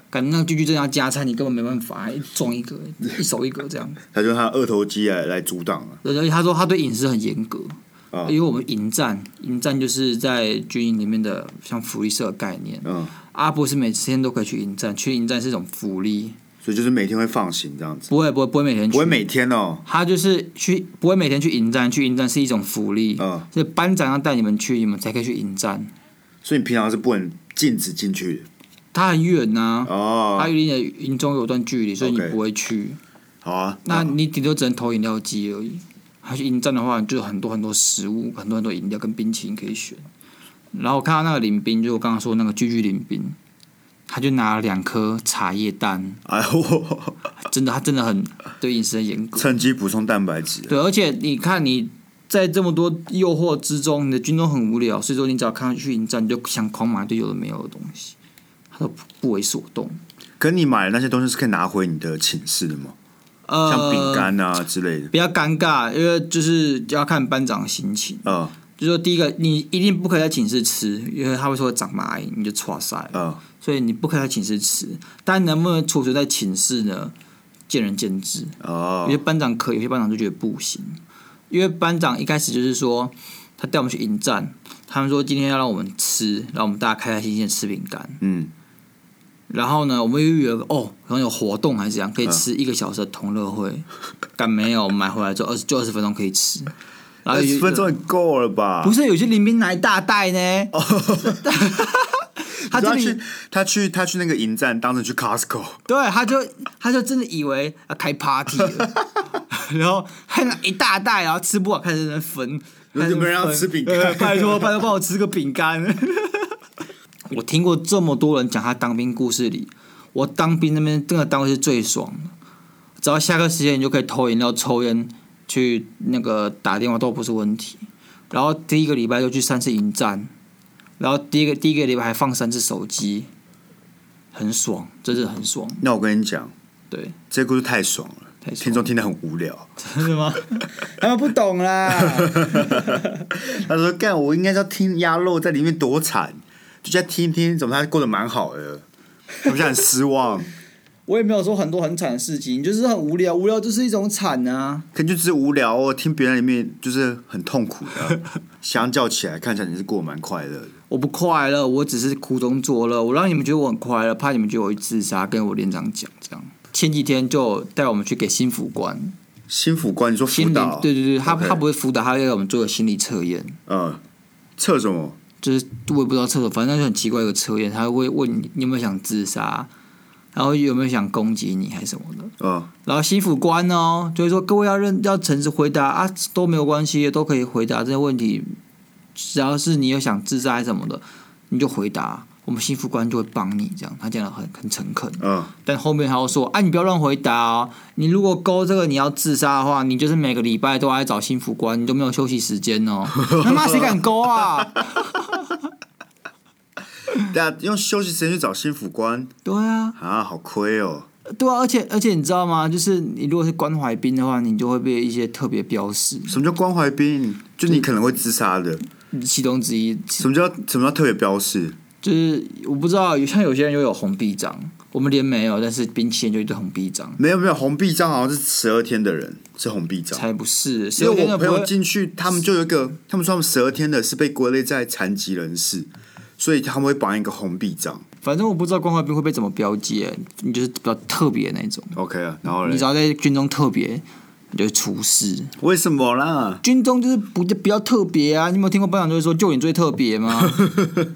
B: 感觉那个巨巨真的要夹菜，你根本没办法，一撞一个，一手一个这样。
A: 他就用他二头肌来来阻挡了。
B: 而且他说他对饮食很严格，
A: 啊
B: 因为我们营站，营站就是在军营里面的像福利社的概念。
A: 嗯，
B: 阿不是每天都可以去营站，去营站是一种福利，
A: 所以就是每天会放行这样子，
B: 不会不会不会每天去，
A: 不会每天哦。
B: 他就是去不会每天去营站，去营站是一种福利，
A: 嗯，
B: 所以班长要带你们去，你们才可以去营站。
A: 所以你平常是不能禁止进去的。
B: 他很远呐、他
A: 哦，
B: 离你的营中有段距离，所以你
A: OK
B: 不会去。
A: 好啊，
B: 那你顶多只能投饮料机而已。他去营站的话，就有很多很多食物，很多很多饮料跟冰淇淋可以选。然后我看到那个林兵，就我刚刚说那个居居林兵，他就拿了两颗茶叶蛋，
A: 哎我
B: 真的，他真的很对饮食很严格。
A: 趁机补充蛋白质。
B: 对，而且你看你在这么多诱惑之中，你的军中很无聊，所以说你只要看到去营站，你就想狂买一堆有的没有的东西，他都不不为所动。
A: 可你买的那些东西是可以拿回你的寝室的吗？
B: 呃，
A: 像饼干啊之类的。
B: 比较尴尬，因为就是要看班长的心情。
A: 嗯
B: 就说第一个，你一定不可以在寝室吃，因为他会说长蚂蚁，你就猝塞了，
A: 嗯，
B: 所以你不可以在寝室吃。但能不能储存在寝室呢？见仁见智。有些
A: 哦，
B: 班长可以，有些班长就觉得不行，因为班长一开始就是说，他带我们去迎战，他们说今天要让我们吃，让我们大家开开心心地吃饼干。
A: 嗯，
B: 然后呢，我们又有个哦，好像有活动还是怎样，可以吃一个小时的同乐会，
A: [laughs]
B: 但没有，我们买回来之后二十就二十分钟可以吃，然后
A: 二
B: 有
A: 哎十分钟也够了吧？
B: 啊不是有些林兵拿一大袋呢，
A: [laughs] 他
B: 他真
A: 去
B: 的
A: 他去他去那个营站，当成去 Costco。
B: 对，他就他就真的以为要开
A: [laughs]
B: party 了，然后还拿一大袋，然后吃不完开始在那边分，
A: 有没有人要
B: 开始
A: 吃饼
B: 分
A: 干
B: 呃拜托拜托帮我吃个饼干。 [laughs] 我听过这么多人讲他当兵故事里，我当兵那边真的当的是最爽的，只要下课时间你就可以偷饮料、抽烟、去那个打电话都不是问题。然后第一个礼拜就去三次营站，然后第一个第一个礼拜还放三次手机，很爽，真的很爽。
A: 那我跟你讲，
B: 对，
A: 这故事太爽了，
B: 太爽了
A: 听
B: [laughs]
A: 众听得很无聊。
B: 真的吗？他们不懂 [laughs] 啦。
A: 他说：“干，我应该是要听鸭肉在里面多惨，就在听一听，怎么他过得蛮好的，他们现在很失望，
B: 我也没有说很多很惨的事情，就是很无聊，无聊就是一种惨啊。
A: 可能就只是无聊哦，听别人里面就是很痛苦的。
B: [laughs]
A: 相较起来，看起来你是过得蛮快乐的。
B: 我不快乐，我只是苦中作乐。我让你们觉得我很快乐，怕你们觉得我会自杀，跟我连长讲这样。前几天就带我们去给新辅官，
A: 心辅官，你说辅
B: 心理
A: 导，
B: 对对对，他
A: OK
B: 他不会辅导，他要我们做个心理测验，
A: 嗯，测什么？
B: 就是我也不知道厕所，反正就很奇怪一个测验，他会问你你有没有想自杀，然后有没有想攻击你还是什么的。
A: 嗯，
B: 然后新辅官哦，就是说各位要认要诚实回答啊，都没有关系，都可以回答这些问题。只要是你有想自杀还是什么的，你就回答，我们新辅官就会帮你这样。他讲的很很诚恳，
A: 嗯，
B: 但后面他又说啊，你不要乱回答哦，你如果勾这个你要自杀的话，你就是每个礼拜都要来找新辅官，你都没有休息时间哦。他妈谁敢勾啊？
A: 大家啊用休息时间去找心辅官
B: 对啊，
A: 啊，好亏哦。
B: 对啊，而且而且你知道吗？就是你如果是关怀兵的话，你就会被一些特别标识，
A: 什么叫关怀兵？就你可能会自杀的。
B: 其中之一
A: 什么叫什么叫特别标示？
B: 就是我不知道，有像有些人又有红臂章，我们连没有，但是冰淇淋就一堆红臂章，
A: 没有没有，红臂章好像是十二天的人是红臂章，
B: 才不是，
A: 因
B: 所以
A: 为
B: 真
A: 我
B: 的
A: 朋
B: 不会
A: 友进去，他们就有一个，他们说他们十二天的是被归类在残疾人士，所以他们会绑一个红臂章。
B: 反正我不知道光滑兵会被怎么标记，哎你就是比较特别的那种。
A: OK 啊，然后
B: 你
A: 嘞
B: 只，要在军中特别，你就会出事。
A: 为什么啦？
B: 军中就是不比较特别啊！你有没有听过班长就会说“就你最特别”吗？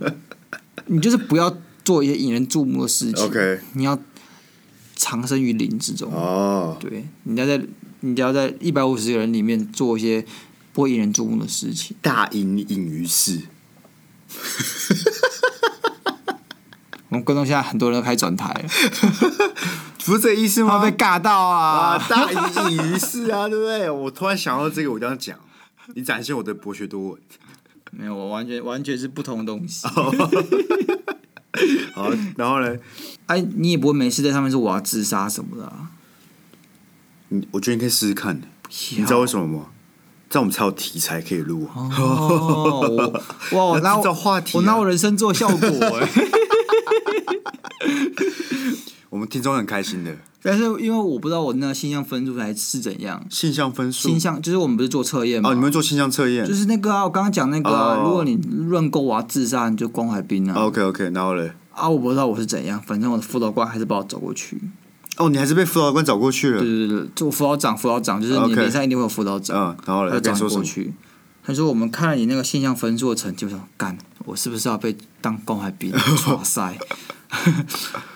A: [laughs]
B: 你就是不要做一些引人注目的事情
A: OK
B: 你要藏身于林之中。
A: 哦，
B: 对，你要在你只要在一百五十个人里面做一些不会引人注目的事情。
A: 大隐隐于市，
B: 我们观众现在很多人都开始转台了，
A: 不是这意思吗？ [laughs]
B: 会被尬到
A: 啊
B: 啊！，
A: 大隐隐于市啊， [laughs] 对不对？我突然想到这个，我一定要讲。你展现我的博学多闻。
B: 没有，我完全完全是不同的东西。 [laughs]
A: 好，然后呢？
B: 哎、你也不会没事在上面说我要自杀什么的、啊。
A: 你我觉得你可以试试看，你
B: 你
A: 知道为什么吗？这样我们才有题材可以录啊。
B: 哦，
A: [laughs]
B: 我哇，我拿
A: 要制造
B: 我
A: 话题啊
B: 我拿我人生做效果哎、
A: 我们听众很开心的。
B: [laughs] 但是因为我不知道我那性向分数来是怎样，
A: 性向分数
B: 性向就是我们不是做测验嘛，
A: 哦，你们做性向测验、
B: 就是那个啊，我刚刚讲那个啊，
A: 哦
B: 如果你论够我要自杀，你就关怀兵啊
A: o k OK，然后哦嘞，
B: 啊，我不知道我是怎样，反正我的辅导官还是把我走过去，
A: 哦，你还是被辅导官找过去了，
B: 对对对，就辅导长辅导长，就是你
A: OK
B: 脸上一定会有辅导长，
A: 嗯，然后嘞，
B: 他
A: 他
B: 就
A: 跟你说
B: 找你
A: 什
B: 过
A: 么？
B: 去，他说我们看了你那个性向分数的成绩，我想干，我是不是要被当关怀
A: [laughs]
B: 兵？哇塞！ [laughs]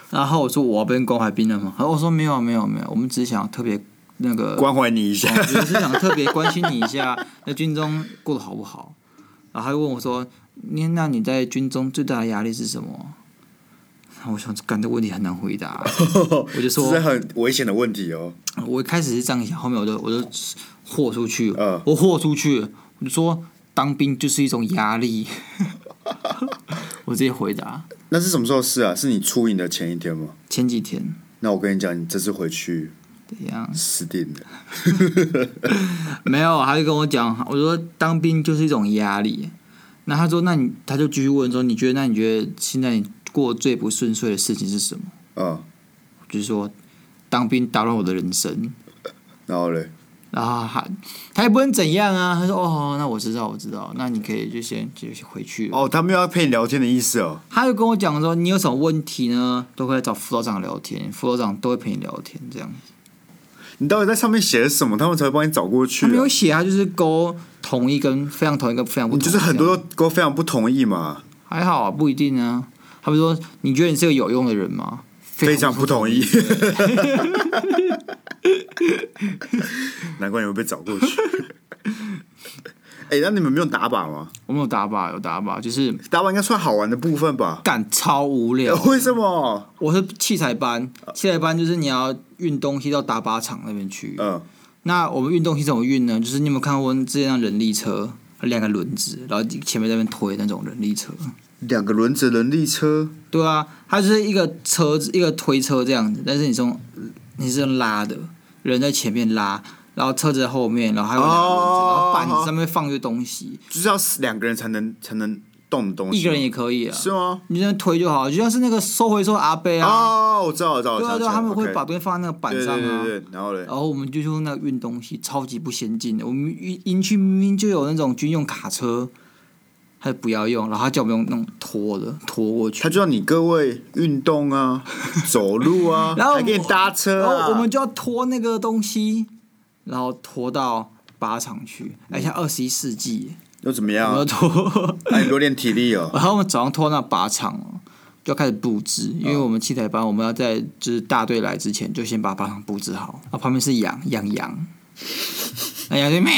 B: 然后我说我要被关怀兵了吗？然后我说没有啊没有没有，我们只是想特别那个，
A: 关怀你一下，
B: [laughs] 只是想特别关心你一下，在军中过得好不好？然后他就问我说，你那你在军中最大的压力是什么？然后我想，干这问题很难回答。
A: 我
B: 就说
A: 这是很危险的问题哦。
B: 我一开始是这样想，后面我就我就豁出去，
A: 嗯
B: 我豁出去，我就说当兵就是一种压力，我直接回答
A: 那是什么时候是啊？是你出营的前一天吗？
B: 前几天
A: 那我跟你讲，你这次回去
B: 怎样？
A: 死定了。 [laughs]
B: 没有，他就跟我讲，我说当兵就是一种压力，那他说那你他就继续问说你觉得那你觉得现在你过最不顺遂的事情是什么？
A: 嗯，
B: 我就说当兵打乱我的人生。
A: 然后嘞，
B: 然后他他也不能怎样啊，他说哦，那我知道我知道，那你可以就先就先回去了。
A: 哦，他没有要陪你聊天的意思哦。
B: 他就跟我讲说，你有什么问题呢，都可以找辅导长聊天，辅导长都会陪你聊天这样。
A: 你到底在上面写了什么？他们才会帮你找过去
B: 他
A: 啊、
B: 没有写，他就是勾同意跟非常同意跟非常不
A: 你
B: 同
A: 就
B: 意，
A: 是很多都跟我非常不同意嘛，
B: 还好啊，不一定啊。他们说，你觉得你是个有用的人吗？
A: 非常不同意。难怪你会被找过去。哎、那你们没有打靶吗？
B: 我们有打靶，有打靶，就是
A: 打靶应该算好玩的部分吧？
B: 干超无聊。
A: 为什么？
B: 我是器材班，器材班就是你要运东西到打靶场那边去。
A: 嗯，
B: 那我们运东西怎么运呢？就是你有没有看过之前那人力车，两个轮子，然后前面在那边推那种人力车？
A: 两个轮子人力车，
B: 对啊，它就是一个车子，一个推车这样子，但是你是用你是用拉的，人在前面拉，然后车子在后面，然后还有两个轮子，
A: 哦
B: 然后板子上面放一堆东西，
A: 就是要死两个人才能才能动的东西吗。
B: 一个人也可以啊，
A: 是吗？
B: 你就在那推就好，就像是那个收回收的阿贝啊，
A: 哦，我知道，我知道，我
B: 对啊
A: 想起
B: 对啊，
A: 来
B: 他们会
A: OK
B: 把东西放在那个板
A: 对
B: 上啊。
A: 对对对，然后嘞，
B: 然后我们就用那个运东西，超级不先进的。我们营营区明明就有那种军用卡车，他就不要用，然后他叫我们用那种拖的拖过去
A: 他。就让你各位运动
B: [laughs]
A: 啊，走路啊，
B: 然后
A: 还给你搭车
B: 然
A: 啊，
B: 后我们就要拖那个东西，然后拖到靶场去。哎，像二十一世纪，
A: 又怎么
B: 我
A: 样
B: 们要
A: 啊？
B: 拖，
A: 哎，你多练体力哦。
B: 然后我们早上拖到那靶场哦，就要开始布置，因为我们七台班，我们要在就是大队来之前，就先把靶场布置好。
A: 哦
B: 啊，旁边是羊，养羊， [laughs] 哎呀，对咩？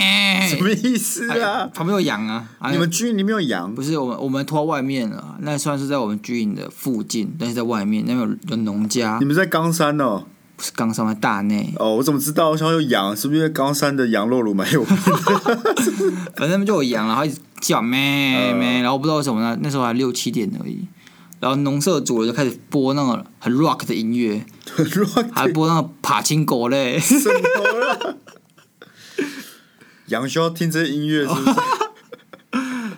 A: 什么意思
B: [laughs] 哎
A: 啊？
B: 旁边有羊啊！啊
A: 你们军营里面有羊
B: 不是我们，我们拖到外面了，那算是在我们军营的附近，但是在外面那边有有农家
A: 你，们在冈山哦？
B: 不是刚上来大内，
A: 哦，我怎么知道？我想有羊，是不是因为冈山的羊肉炉蛮有名 [laughs] 的？
B: 反正他们就有羊，然后一直叫
A: 嗯
B: 咩咩，然后不知道为什么呢，那时候还六七点而已，然后农舍主人就开始播那个很 rock 的音乐，
A: 很弱
B: 还播那个爬青狗 [laughs] 嘞，
A: 什么了？ [laughs] 羊需要听这些音乐是
B: [laughs]
A: 不是？
B: 哦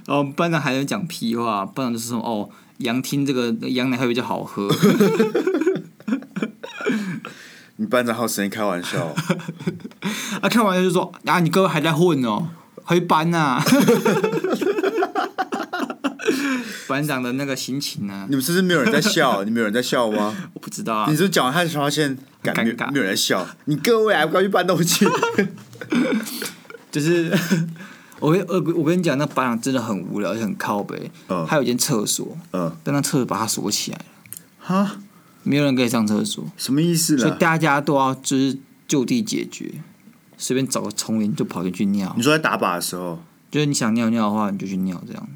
B: 然后班长还在讲屁话，班长就说哦，羊听这个羊奶会比较好 [laughs] 喝，
A: 你班长还有时间开玩笑哦？
B: 他看完就说啊，你哥啊 [laughs] 还在混哦，回班呐、班长的那个心情呢、
A: 你们是不是没有人在笑？你们有人在笑吗？
B: 我不知道啊
A: 你。是不是讲完他才发现，感
B: 尴
A: 觉
B: 尬
A: 没有人在笑。你各位还不快去搬东
B: [laughs]
A: 西？
B: 就是 [laughs] 我跟我我跟你讲，那班长真的很无聊，而且很靠北。
A: 嗯
B: 还有一间厕所，
A: 嗯，
B: 但那厕所把它锁起来了，
A: 哈，
B: 没有人可以上厕所，
A: 什么意思
B: 所以
A: 呢？
B: 大家都要就是就地解决，随便找个丛林就跑进去尿
A: 你。说在打靶的时候，
B: 就是你想尿尿的话，你就去尿这样。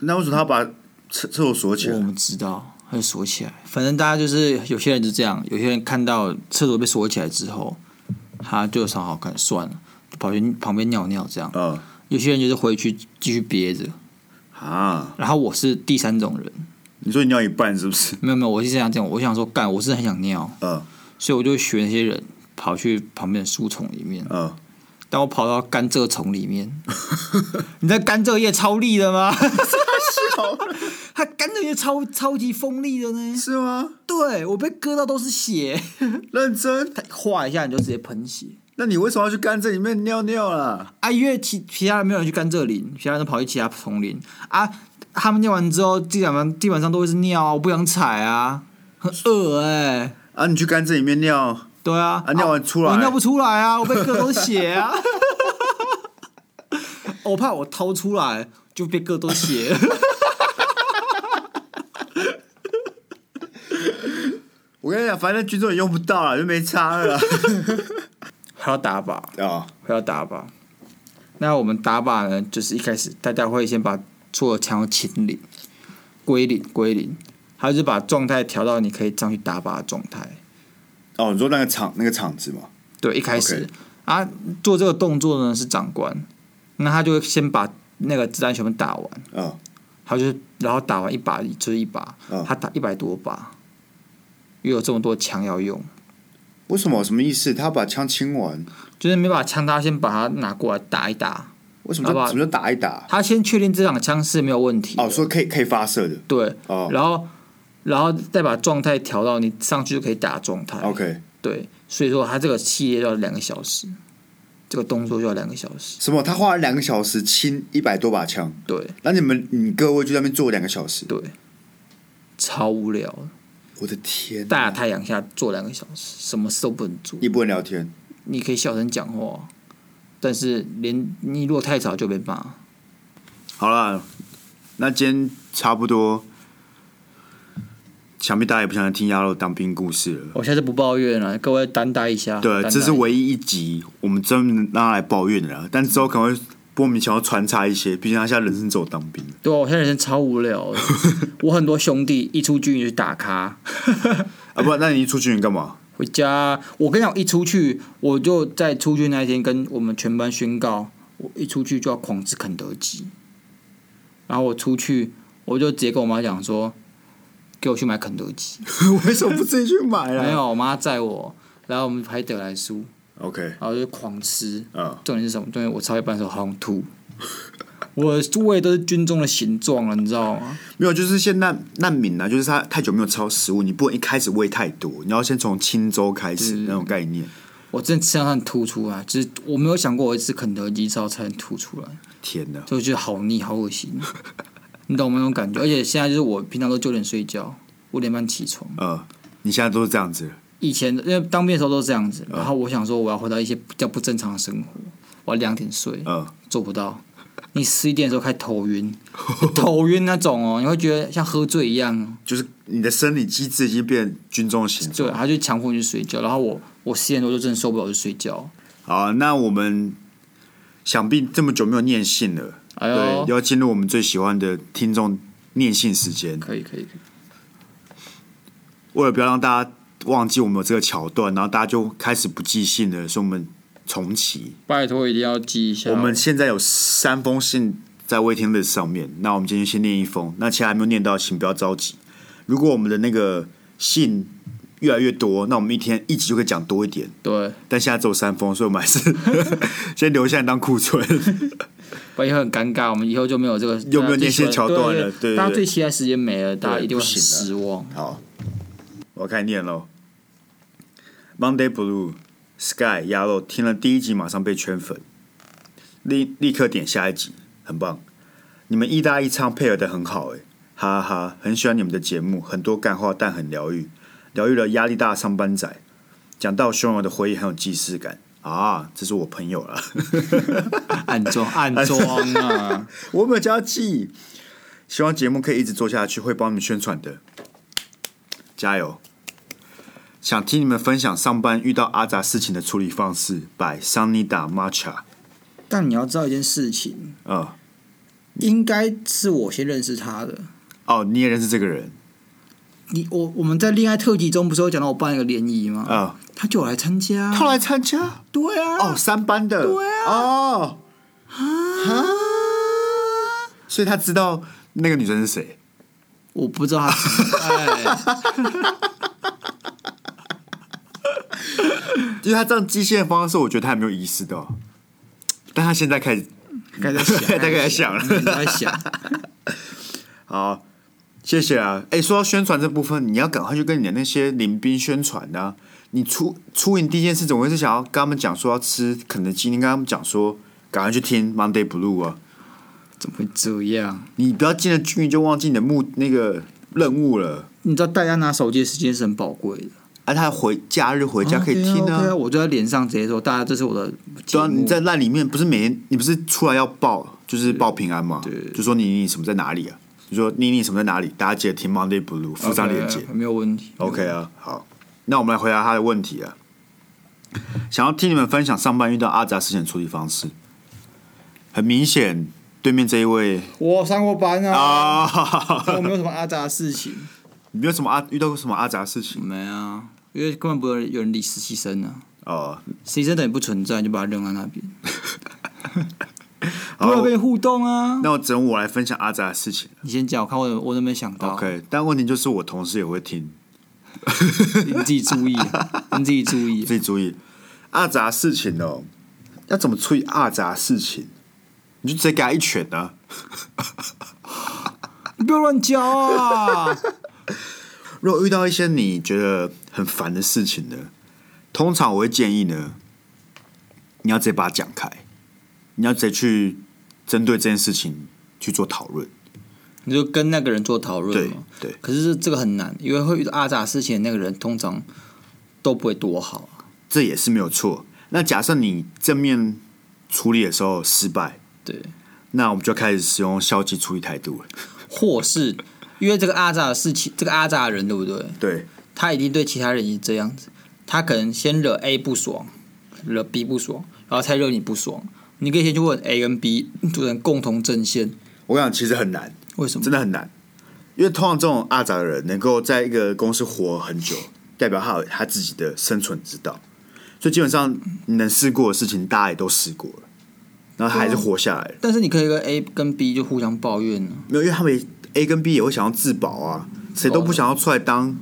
A: 那为什么他把厕厕所锁起
B: 我
A: 来？
B: 们知道，他就锁起来。反正大家就是有些人就这样，有些人看到厕所被锁起来之后，他就想好看算了，就跑去旁边尿尿这样。
A: 嗯，
B: 有些人就是回去继续憋着。
A: 啊，
B: 然后我是第三种人，
A: 你说你尿一半是不是？ [laughs]
B: 没有没有，我是这样讲，我想说干，我是很想尿，
A: 嗯
B: 所以我就学那些人跑去旁边的树丛里面，
A: 嗯，
B: 但我跑到甘蔗丛里面，你知道甘蔗叶超力的吗？ [laughs] 它甘蔗叶超超级锋利的呢，
A: 是吗？
B: 对我被割到都是 [laughs] 血，
A: 认真？
B: 划一下你就直接喷血。
A: 那你为什么要去甘蔗里面尿尿啦？
B: 啊，因为其其他人没有人去甘蔗林，其他人都跑去其他丛林啊。他们尿完之后，基本上基本上都会是尿啊，我不想踩啊，很恶哎、
A: 啊，你去甘蔗里面尿，
B: 对啊，
A: 啊尿完出来
B: 我尿不出来啊，我被割都是血 [laughs] 啊，我怕我掏出来就被割都是血。
A: 我跟你讲，反正军中也用不到了，就没差了
B: [laughs]
A: 啦。
B: [laughs] 还要打靶，
A: 啊，
B: 还要打靶。那我们打靶呢，就是一开始大家会先把所有枪都清零、归零、归零，还有就是把状态调到你可以上去打靶的状态。
A: 哦，你说那个场那个场子嘛，
B: 对，一开始啊，做这个动作呢是长官，那他就会先把那个子弹全部打完，
A: 嗯，
B: 他就是然后打完一把就是一把，
A: 嗯
B: 他打一百多把，又有这么多枪要用，
A: 为什么？什么意思？他把枪清完，
B: 就是没把枪，他先把它拿过来打一打，
A: 为什么
B: 好
A: 叫
B: 吧
A: 什么叫打一打？
B: 他先确定这场枪是没有问题的，
A: 哦，说可以可以发射的，
B: 对，
A: 哦
B: 然后然后再把状态调到你上去就可以打的状态，
A: ，OK，
B: 对，所以说他这个系列要两个小时，这个动作就要两个小时，
A: 什么？他花了两个小时清一百多把枪，
B: 对。
A: 那你们你各位就在那边坐两个小时，
B: 对，超无聊的。
A: 我的天啊，
B: 大太阳下坐两个小时，什么事都不能做。
A: 你不能聊天，
B: 你可以小声讲话，但是连你如果太吵就被骂。
A: 好了，那今天差不多，想必大家也不想听鸭肉当兵故事了。
B: 我下次不抱怨了，各位担待一下。
A: 对，
B: 担
A: 这是
B: 待一下
A: 唯一一集我们专门让他来抱怨的啦，但之后可能会莫名其妙穿插一些，毕竟他现在人生只有当兵。
B: 对啊，我现在人生超无
A: [laughs]
B: 聊的。我很多兄弟一出军就去打卡，
A: 啊，不，那你一出去你干 [laughs] 嘛？
B: 回家。我跟你讲，一出去我就在出去那一天跟我们全班宣告，我一出去就要狂吃肯德基。然后我出去，我就直接跟我妈讲说，给我去买肯德基。
A: 为什么不自己去买啊
B: 没？有，我妈载我，然后我们拍得来速，
A: OK，
B: 然后就狂吃。
A: 啊、
B: 重点是什么？重点我超一半的时候好想吐，我的胃都是军中的形状了，你知道吗？
A: 没有，就是现在难民啊，就是他太久没有吃到食物，你不能一开始喂太多，你要先从轻粥开始
B: 嗯
A: 那种概念。
B: 我真的吃到很吐出来，就是我没有想过我一吃肯德基之后才能吐出来，
A: 天哪，
B: 所以我觉得好腻，好恶心， [laughs] 你懂吗？那种感觉。而且现在就是我平常都九点睡觉，五点半起床。
A: 呃，你现在都是这样子了，
B: 以前因为当兵的时候都是这样子，
A: 嗯
B: 然后我想说我要回到一些比较不正常的生活，我要两点睡，
A: 呃，
B: 做不到。你十一点的时候开始
A: [laughs]
B: 头晕，头晕那种哦，你会觉得像喝醉一样哦。
A: 就是你的生理机制已经变军中的形
B: 对，
A: 状。
B: 他就强迫你去睡觉，然后我我十点多就真的受不了，我就睡觉。
A: 好啊，那我们想必这么久没有念信了，
B: 哎
A: 对，
B: 呦，
A: 要进入我们最喜欢的听众念信时间。
B: 可以可以，可以
A: 为了不要让大家忘记我们有这个桥段，然后大家就开始不记信了，所以我们重启。
B: 拜托一定要记一下哦。
A: 我们现在有三封信在 waiting list 上面，那我们今天先念一封，那其他还没有念到，请不要着急。如果我们的那个信越来越多，那我们一天一集就可以讲多一点。
B: 对，
A: 但现在只有三封，所以我们还是 [laughs] 先留下来当库存。
B: 不然以后很尴尬，我们以后就没有这个
A: 又没有那些
B: 大家最喜欢
A: 桥段了
B: 对
A: 对对
B: 大家最期待时间没了，大家
A: 对
B: 一定会很
A: 不行
B: 失望。
A: 好，我开始念喽。Monday Blue Sky 鸭肉听了第一集，马上被圈粉，立立刻点下一集，很棒。你们意大利唱配合的很好诶、哈哈，很喜欢你们的节目，很多干话，但很疗愈，疗愈了压力大的上班仔。讲到汹涌的回忆，很有既视感啊！这是我朋友了，
C: [laughs]
B: 暗装暗装啊！
A: 我没有加记。希望节目可以一直做下去，会帮你们宣传的，加油！想听你们分享上班遇到阿杂事情的处理方式，by Sunny Da Matcha。
C: 但你要知道一件事情，
A: 嗯，
C: 应该是我先认识他的。
A: 哦，你也认识这个人
C: 你我我们在恋爱特辑中不是有讲到我办一个联谊吗？
A: 啊？
C: 他就有来参加。
A: 他来参加
C: 对啊。
A: 哦，三班的
C: 对啊
A: 哦，啊，所以他知道那个女生是谁。
B: 我不知道他是
A: [laughs]
B: 谁，哎
A: 就是他这样寄信的方式，我觉得他还没有意识到，但他现在开始
C: 该在想，
A: [laughs] 大概在想了
C: 嗯在想。
A: 好，谢谢啊！哎、说到宣传这部分，你要赶快去跟你的那些林兵宣传啊！你出出营第一件事，总会是想要跟他们讲说要吃肯德基，你跟他们讲说赶快去听 Monday Blue 啊！
B: 怎么会这样？
A: 你不要进了军营就忘记你的目那个任务了。
C: 你知道大家拿手机的时间是很宝贵的，
A: 啊，他回假日回家可
B: 哦
A: 以听
C: OK
A: 啊
C: OK 我就在脸上直接说，大家这是我的节
A: 对啊，
C: 目。
A: 你在烂里面不是每天你不是出来要报就是报平安嘛？就说你你什么在哪里啊？你说你你什么在哪里？大家记得听 Monday Blue 附上链接。
B: OK，没有问题。
A: OK 啊，好，那我们来回答他的问题啊。想要听你们分享上班遇到阿杂事情的处理方式。很明显，对面这一位
C: 我上过班啊，
A: 啊，
C: 我没有什么阿杂的事
A: [laughs]
C: 情。
A: 你没有什么阿遇到过什么阿杂事情
B: 没啊，因为根本不会有人理实习生啊，
A: 哦？
B: 实习生等于不存在，就把他扔在
A: [laughs]
B: 那边，
A: 好
B: 不要跟你互动啊。
A: 那我只能我来分享阿杂的事情。
B: 你先讲，我看我有我有没有想到
A: OK，但问题就是我同事也会听，
B: [laughs]
A: [laughs]
B: 你自己注意，啊你自己注
A: [laughs]
B: 意。
A: 自己注意阿杂事情哦，要怎么处理阿杂事情？你就直接给他一拳啊！
B: 你不要乱教啊！ [laughs]
A: 如果遇到一些你觉得很烦的事情呢，通常我会建议呢，你要直接把它讲开，你要直接去针对这件事情去做讨论。
B: 你就跟那个人做讨论
A: 对
B: 嘛。
A: 对，
B: 可是这个很难，因为会遇到阿杂事情的那个人通常都不会多好。啊
A: 这也是没有错。那假设你正面处理的时候失败，
B: 对，
A: 那我们就开始使用消极处理态度了。
B: 或是因为这个阿杂的事情，这个阿杂的人对不对？
A: 对，
B: 他一定对其他人也是这样子，他可能先惹 A 不爽，惹 B 不爽，然后才惹你不爽。你可以先去问 A 跟 B 组成共同阵线，
A: 我跟你讲，其实很难，
B: 为什么？
A: 真的很难。因为通常这种阿杂的人能够在一个公司活很久，代表他有他自己的生存之道，所以基本上你能试过的事情，大家也都试过了，然后他还是活下来了。
B: 但是你可以跟 A 跟 B 就互相抱怨啊呢、
A: 没有，因为他们也 A 跟 B 也会想要自保啊，谁都不想要出来当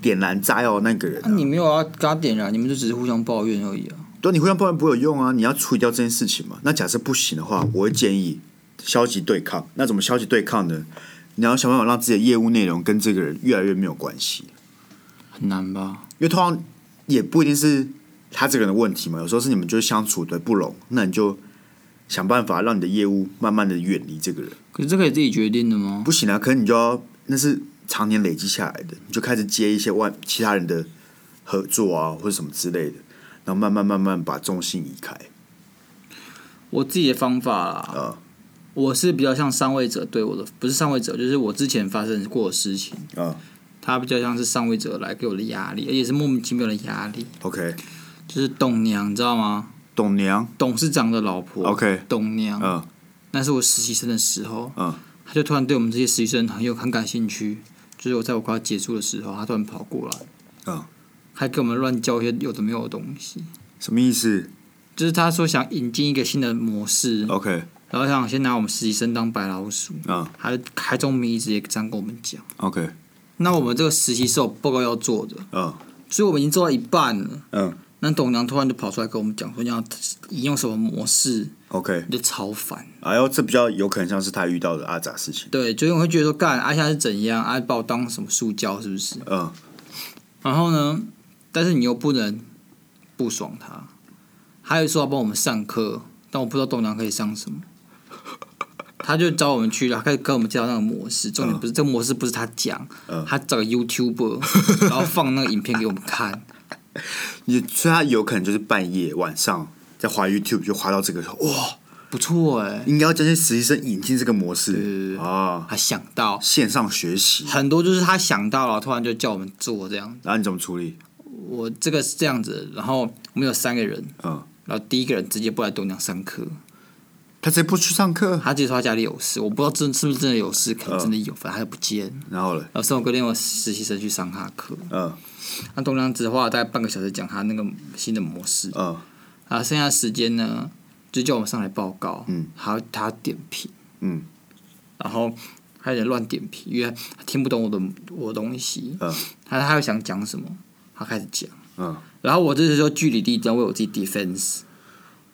A: 点燃炸药的那个人、
B: 啊，
A: 啊。
B: 你没有要跟他点燃，你们就只是互相抱怨而已啊。
A: 对，你互相抱怨不会有用啊，你要处理掉这件事情嘛。那假设不行的话，我会建议消极对抗。那怎么消极对抗呢？你要想办法让自己的业务内容跟这个人越来越没有关系。
B: 很难吧？
A: 因为通常也不一定是他这个人的问题嘛，有时候是你们就是相处的不拢，那你就想办法让你的业务慢慢的远离这个人。
B: 可是这可以自己决定的吗？
A: 不行啊，可能你就要那是常年累积下来的，你就开始接一些外其他人的合作啊，或者什么之类的，然后慢慢慢慢把重心移开。
B: 我自己的方法啦，
A: 啊
B: 我是比较像上位者对我的，不是上位者，就是我之前发生过的事情，
A: 啊
B: 他比较像是上位者来给我的压力，而且是莫名其妙的压力，
A: ，OK，
B: 就是董娘，你知道吗？
A: 董娘，
B: 董事长的老婆
A: OK
B: 董娘，
A: 嗯
B: 那是我实习生的时候，
A: 嗯，
B: 他就突然对我们这些实习生很有很感兴趣，就是我在我快要结束的时候，他突然跑过来，
A: 嗯，
B: 还给我们乱教一些有的没有的东西，
A: 什么意思
B: 就是他说想引进一个新的模式，
A: ？OK，
B: 然后想先拿我们实习生当白老鼠，
A: 嗯
B: 还还中迷直接这样跟我们讲。
A: ，OK，
B: 那我们这个实习是有报告要做的，
A: 嗯
B: 所以我们已经做到一半了。
A: 嗯
B: 那董娘突然就跑出来跟我们讲说要引用什么模式，
A: ，OK，
B: 我就超烦。
A: 哎呦，这比较有可能像是他遇到的阿杂事情。
B: 对，就是我会觉得说干啊现在是怎样啊，把我当什么塑胶是不是？
A: 嗯
B: 然后呢，但是你又不能不爽他，还有说要帮我们上课，但我不知道董娘可以上什么。他就找我们去，然后开始跟我们介绍那个模式。重点不是、这个模式，不是他讲，他找个 YouTuber，然后放那个影片给我们看。
A: 你所以他有可能就是半夜晚上在滑 YouTube 就滑到这个，说哇，
B: 不错哎、
A: 应该要将这些实习生引进这个模式啊，
B: 他想到
A: 线上学习，
B: 很多，就是他想到了，突然就叫我们做这样。
A: 然后你怎么处理？
B: 我这个是这样子，然后我们有三个人，
A: 嗯，
B: 然后第一个人直接不来东江上课，
A: 他直接不去上课，
B: 他直接说他家里有事，我不知道真是不是真的有事，可能真的有，反正他就不见。
A: 然后嘞，
B: 然后生活隔天我实习生去上他的课，
A: 嗯
B: 那东江只花了大概半个小时讲他那个新的模式，
A: 嗯，
B: 然后剩下的时间呢，就叫我们上来报告，
A: 嗯，
B: 还有他点评，
A: 嗯，
B: 然后他有点乱点评，因为他听不懂我的我的东西，
A: 嗯
B: 他他又想讲什么，他开始讲，
A: 嗯，
B: 然后我这时候据理力争，为我自己 defense，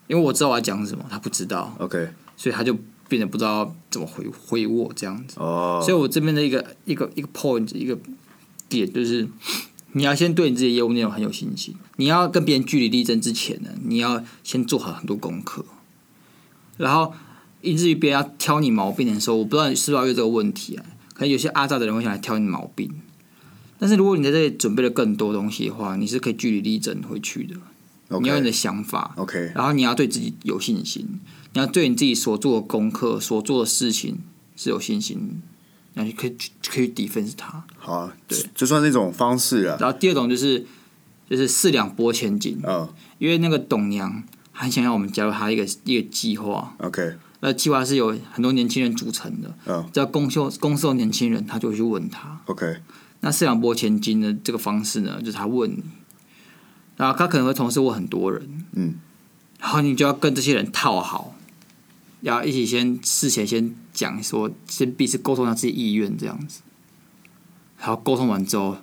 B: 因为我知道我要讲什么，他不知道，
A: OK，
B: 所以他就变得不知道怎么回回我这样子。
A: 哦，
B: 所以我这边的一个一个一个 point 一个点就是，你要先对你自己的业务内容很有信心。你要跟别人据理力争之前呢，你要先做好很多功课，然后以至于别人要挑你毛病的时候，我不知道你是不是要有这个问题啊。可能有些阿扎的人会想来挑你毛病，但是如果你在这里准备了更多东西的话，你是可以据理力争回去的。
A: OK
B: 你要有你的想法
A: OK
B: 然后你要对自己有信心，你要对你自己所做的功课、所做的事情是有信心，然后你可以去可以 defense 它。
A: 好啊，对，就算那种方式啊了，
B: 然后第二种就是就是四两拨千斤，
A: 嗯
B: 因为那个董娘很想要我们加入她一个一个计划，
A: ，OK，
B: 那计划是由很多年轻人组成的，
A: 嗯
B: 只要公秀公司有年轻人，他就会去问他。
A: OK，
B: 那四两拨千斤的这个方式呢，就是他问你，然后他可能会同时问很多人，
A: 嗯，
B: 然后你就要跟这些人套好，要一起先事前先讲说，先彼此沟通一下自己意愿这样子，然后沟通完之后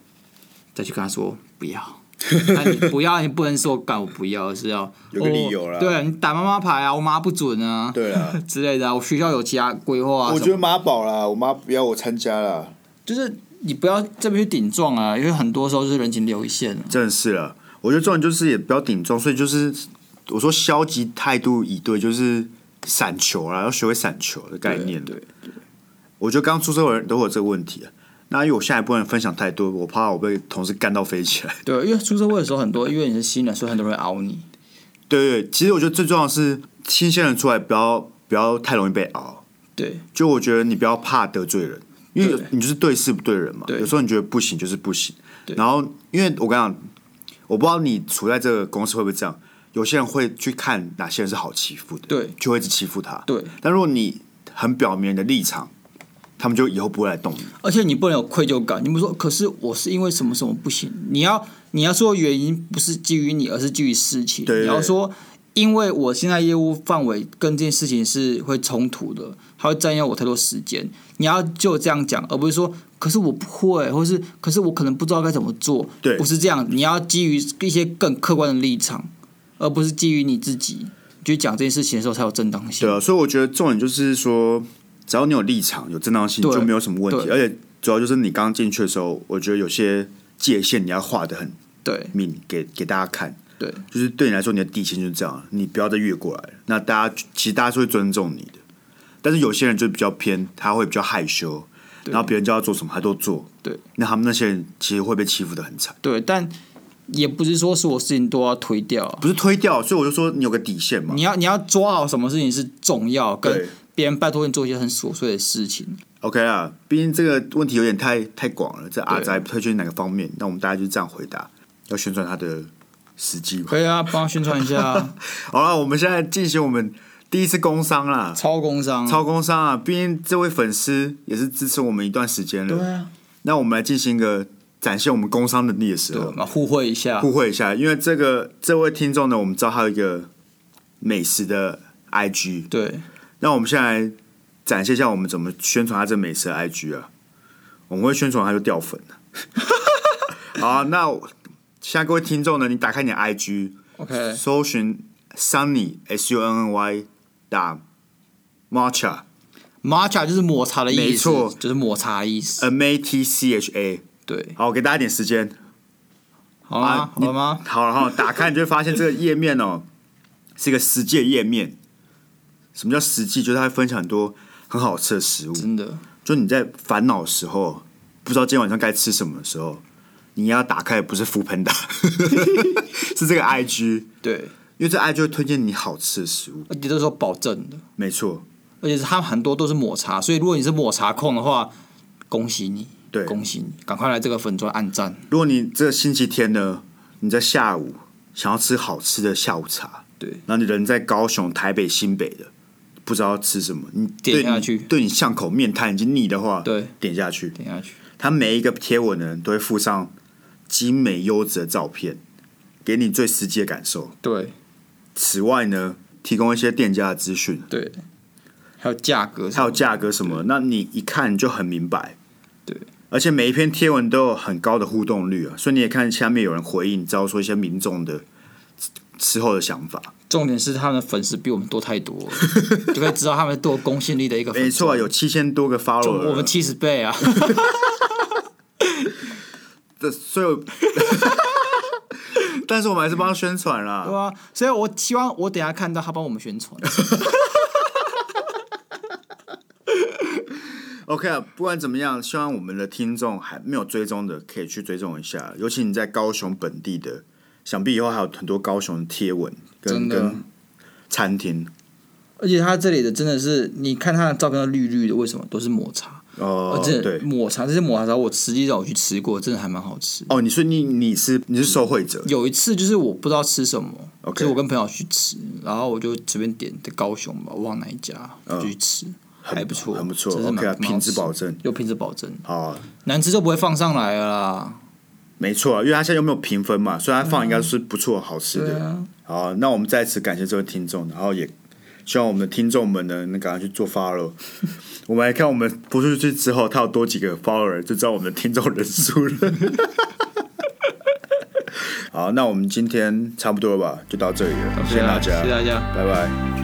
B: 再去跟他说不
A: [laughs]
B: 要。那你不要，你不能说干我不要，而是要
A: 有个理由啦
B: 哦对你打妈妈牌啊，我妈不准啊，
A: 对啦
B: [laughs] 之类的啊，我学校有其他规
A: 我
B: 划啊。什么
A: 觉得妈宝啦，我妈不要我参加啦，
B: 就是你不要这边去顶撞啊，因为很多时候就是人情留一线啊。
A: 真的是了。我觉得重点就是也不要顶撞，所以就是我说消极态度以对，就是闪球啦，要学会闪球的概念。
B: 对对
A: 我觉得刚出社会的人都会有这个问题啊。那因为我现在不能分享太多，我怕我被同事干到飞起来。
B: 对，因为出社会的时候很多，因为你是新人，所以很多人会熬你。
A: 对对，对其实我觉得最重要的是新鲜人出来不要不要太容易被熬。
B: 对
A: 就我觉得你不要怕得罪人，因为有
B: 对
A: 你就是对事不对人嘛。
B: 对
A: 有时候你觉得不行就是不行。然后，因为我跟你讲，我不知道你处在这个公司会不会这样，有些人会去看哪些人是好欺负的，
B: 对
A: 就会一直欺负他。
B: 对，
A: 但如果你很表明你的立场，他们就以后不会来动你。
B: 而且你不能有愧疚感，你不说，可是我是因为什么什么不行？你要你要说原因不是基于你，而是基于事情。
A: 对对
B: 你要说，因为我现在业务范围跟这件事情是会冲突的，它会占用我太多时间。你要就这样讲，而不是说，可是我不会，或是可是我可能不知道该怎么做。
A: 对
B: 不是这样，你要基于一些更客观的立场，而不是基于你自己去讲这件事情的时候才有正当性
A: 对。啊，所以我觉得重点就是说，只要你有立场、有正当性，
B: 对
A: 就没有什么问题。
B: 对
A: 而且主要就是你刚进去的时候，我觉得有些界限你要画的很
B: 对
A: 明，给给大家看。
B: 对
A: 就是对你来说，你的底线就是这样，你不要再越过来了。那大家其实大家是会尊重你的，但是有些人就比较偏，他会比较害羞，然后别人叫他做什么他都做。
B: 对，
A: 那他们那些人其实会被欺负的很惨，
B: 对，但也不是说所有事情都要推掉啊。
A: 不是推掉，所以我就说你有个底线嘛
B: 你。要你要抓好什么事情是重要，
A: 对
B: 跟别人拜托你做一些很琐碎的事情。
A: OK 啊，毕竟这个问题有点太太广了，这阿宅不太确定哪个方面，那我们大家就这样回答，要宣传他的时机嘛。
B: 可以啊，帮他宣传一下
A: [laughs]
B: 啊
A: 好了，我们现在进行我们第一次工商啦，
B: 超工商。
A: 超工商啊，毕竟这位粉丝也是支持我们一段时间了。
B: 对啊，
A: 那我们来进行一个展现我们工商能力的时
B: 对，我
A: 候，
B: 们互惠一下。
A: 互惠一下。因为这个这位听众呢，我们知道他有一个美食的 IG，
B: 对，
A: 那我们现在展现一下我们怎么宣传他这美食的 IG 啊。我们会宣传他就掉
B: [laughs]
A: 粉了。好啊、那我现在各位听众呢，你打开你的 IG， [laughs]
B: OK，
A: 搜寻 Sunny S U N N Y 打 Matcha
B: 抹茶就是抹茶的意思，
A: 没错呃
B: 就是抹茶的意思。
A: M A T C H A。
B: 对，
A: 好，我给大家一点时间。啊
B: 好吗？
A: 你
B: 好了吗？
A: 好了哈，打开你就会发现这个页面哦，是一个实际的页面。什么叫实际？就是它会分享很多很很好吃的食物。
B: 真的，
A: 就你在烦恼的时候，不知道今天晚上该吃什么的时候，你要打开的不是 f o o Panda，是这个 IG，
B: 对，
A: 因为这 IG 会推荐你好吃的食物。
B: 而且都是有保证的，
A: 没错，
B: 而且是它很多都是抹茶，所以如果你是抹茶控的话，恭喜你，
A: 对
B: 恭喜你，赶快来这个粉砖按赞，
A: 如果你这个星期天呢，你在下午想要吃好吃的下午茶，
B: 对，
A: 然后你人在高雄、台北、新北的，不知道吃什么，你
B: 点
A: 对
B: 下
A: 你
B: 去
A: 对你巷口面摊已经腻的话，
B: 对，
A: 点下去。
B: 点下去，
A: 他每一个贴文呢，都会附上精美优质的照片，给你最实际的感受。
B: 对
A: 此外呢，提供一些店家的资讯，
B: 对，还有价格什
A: 还
B: 么
A: 有
B: 的，
A: 价格什么，那你一看你就很明白。
B: 对，
A: 而且每一篇贴文都有很高的互动率啊，所以你也看下面有人回应，知道说一些民众的吃吃后的想法。
B: 重点是他们的粉丝比我们多太多了， [laughs] 就可以知道他们多有公信力的一个粉丝。
A: 没错啊，有七千多个 follow，
B: 我们七十倍啊！
A: 这所以我， [laughs] 但是我们还是帮他宣传啦。
B: [laughs] 对啊，所以我希望我等一下看到他帮我们宣传。
A: OK 啊，不管怎么样，希望我们的听众还没有追踪的，可以去追踪一下。尤其你在高雄本地的，想必以后还有很多高雄的贴文跟
B: 真的
A: 跟餐厅。
B: [laughs] 而且他这里的真的是，你看他的照片都绿绿的，为什么都是抹茶？
A: 哦
B: 而，且
A: 对，
B: 抹茶这些抹茶茶，我实际上我去吃过，真的还蛮好吃。
A: 哦，你说你你是你是受惠者，
B: 有一次就是我不知道吃什么
A: OK
B: 所以我跟朋友去吃，然后我就随便点的高雄吧，忘哪一家，就去吃，还嗯不错，
A: 很不错
B: 真是蛮
A: ，OK 啊，
B: 蛮好吃
A: 品质保证。
B: 有品质保证，
A: 好啊，
B: 难吃就不会放上来了啦。
A: 没错啊，因为他现在又没有评分嘛，所以他放应该是不错、好吃
B: 对
A: 的。
B: 啊，
A: 好啊，那我们再次感谢这位听众，然后也希望我们的听众们呢，能赶快去做
B: [laughs]
A: follow。我们来看我们播出去之后，他有多几个 follower，就知道我们的听众人数了。 [laughs] 好，那我们今天差不多了吧，就到这里了，谢
B: 谢
A: 大家，
B: 谢大家。
A: 拜拜。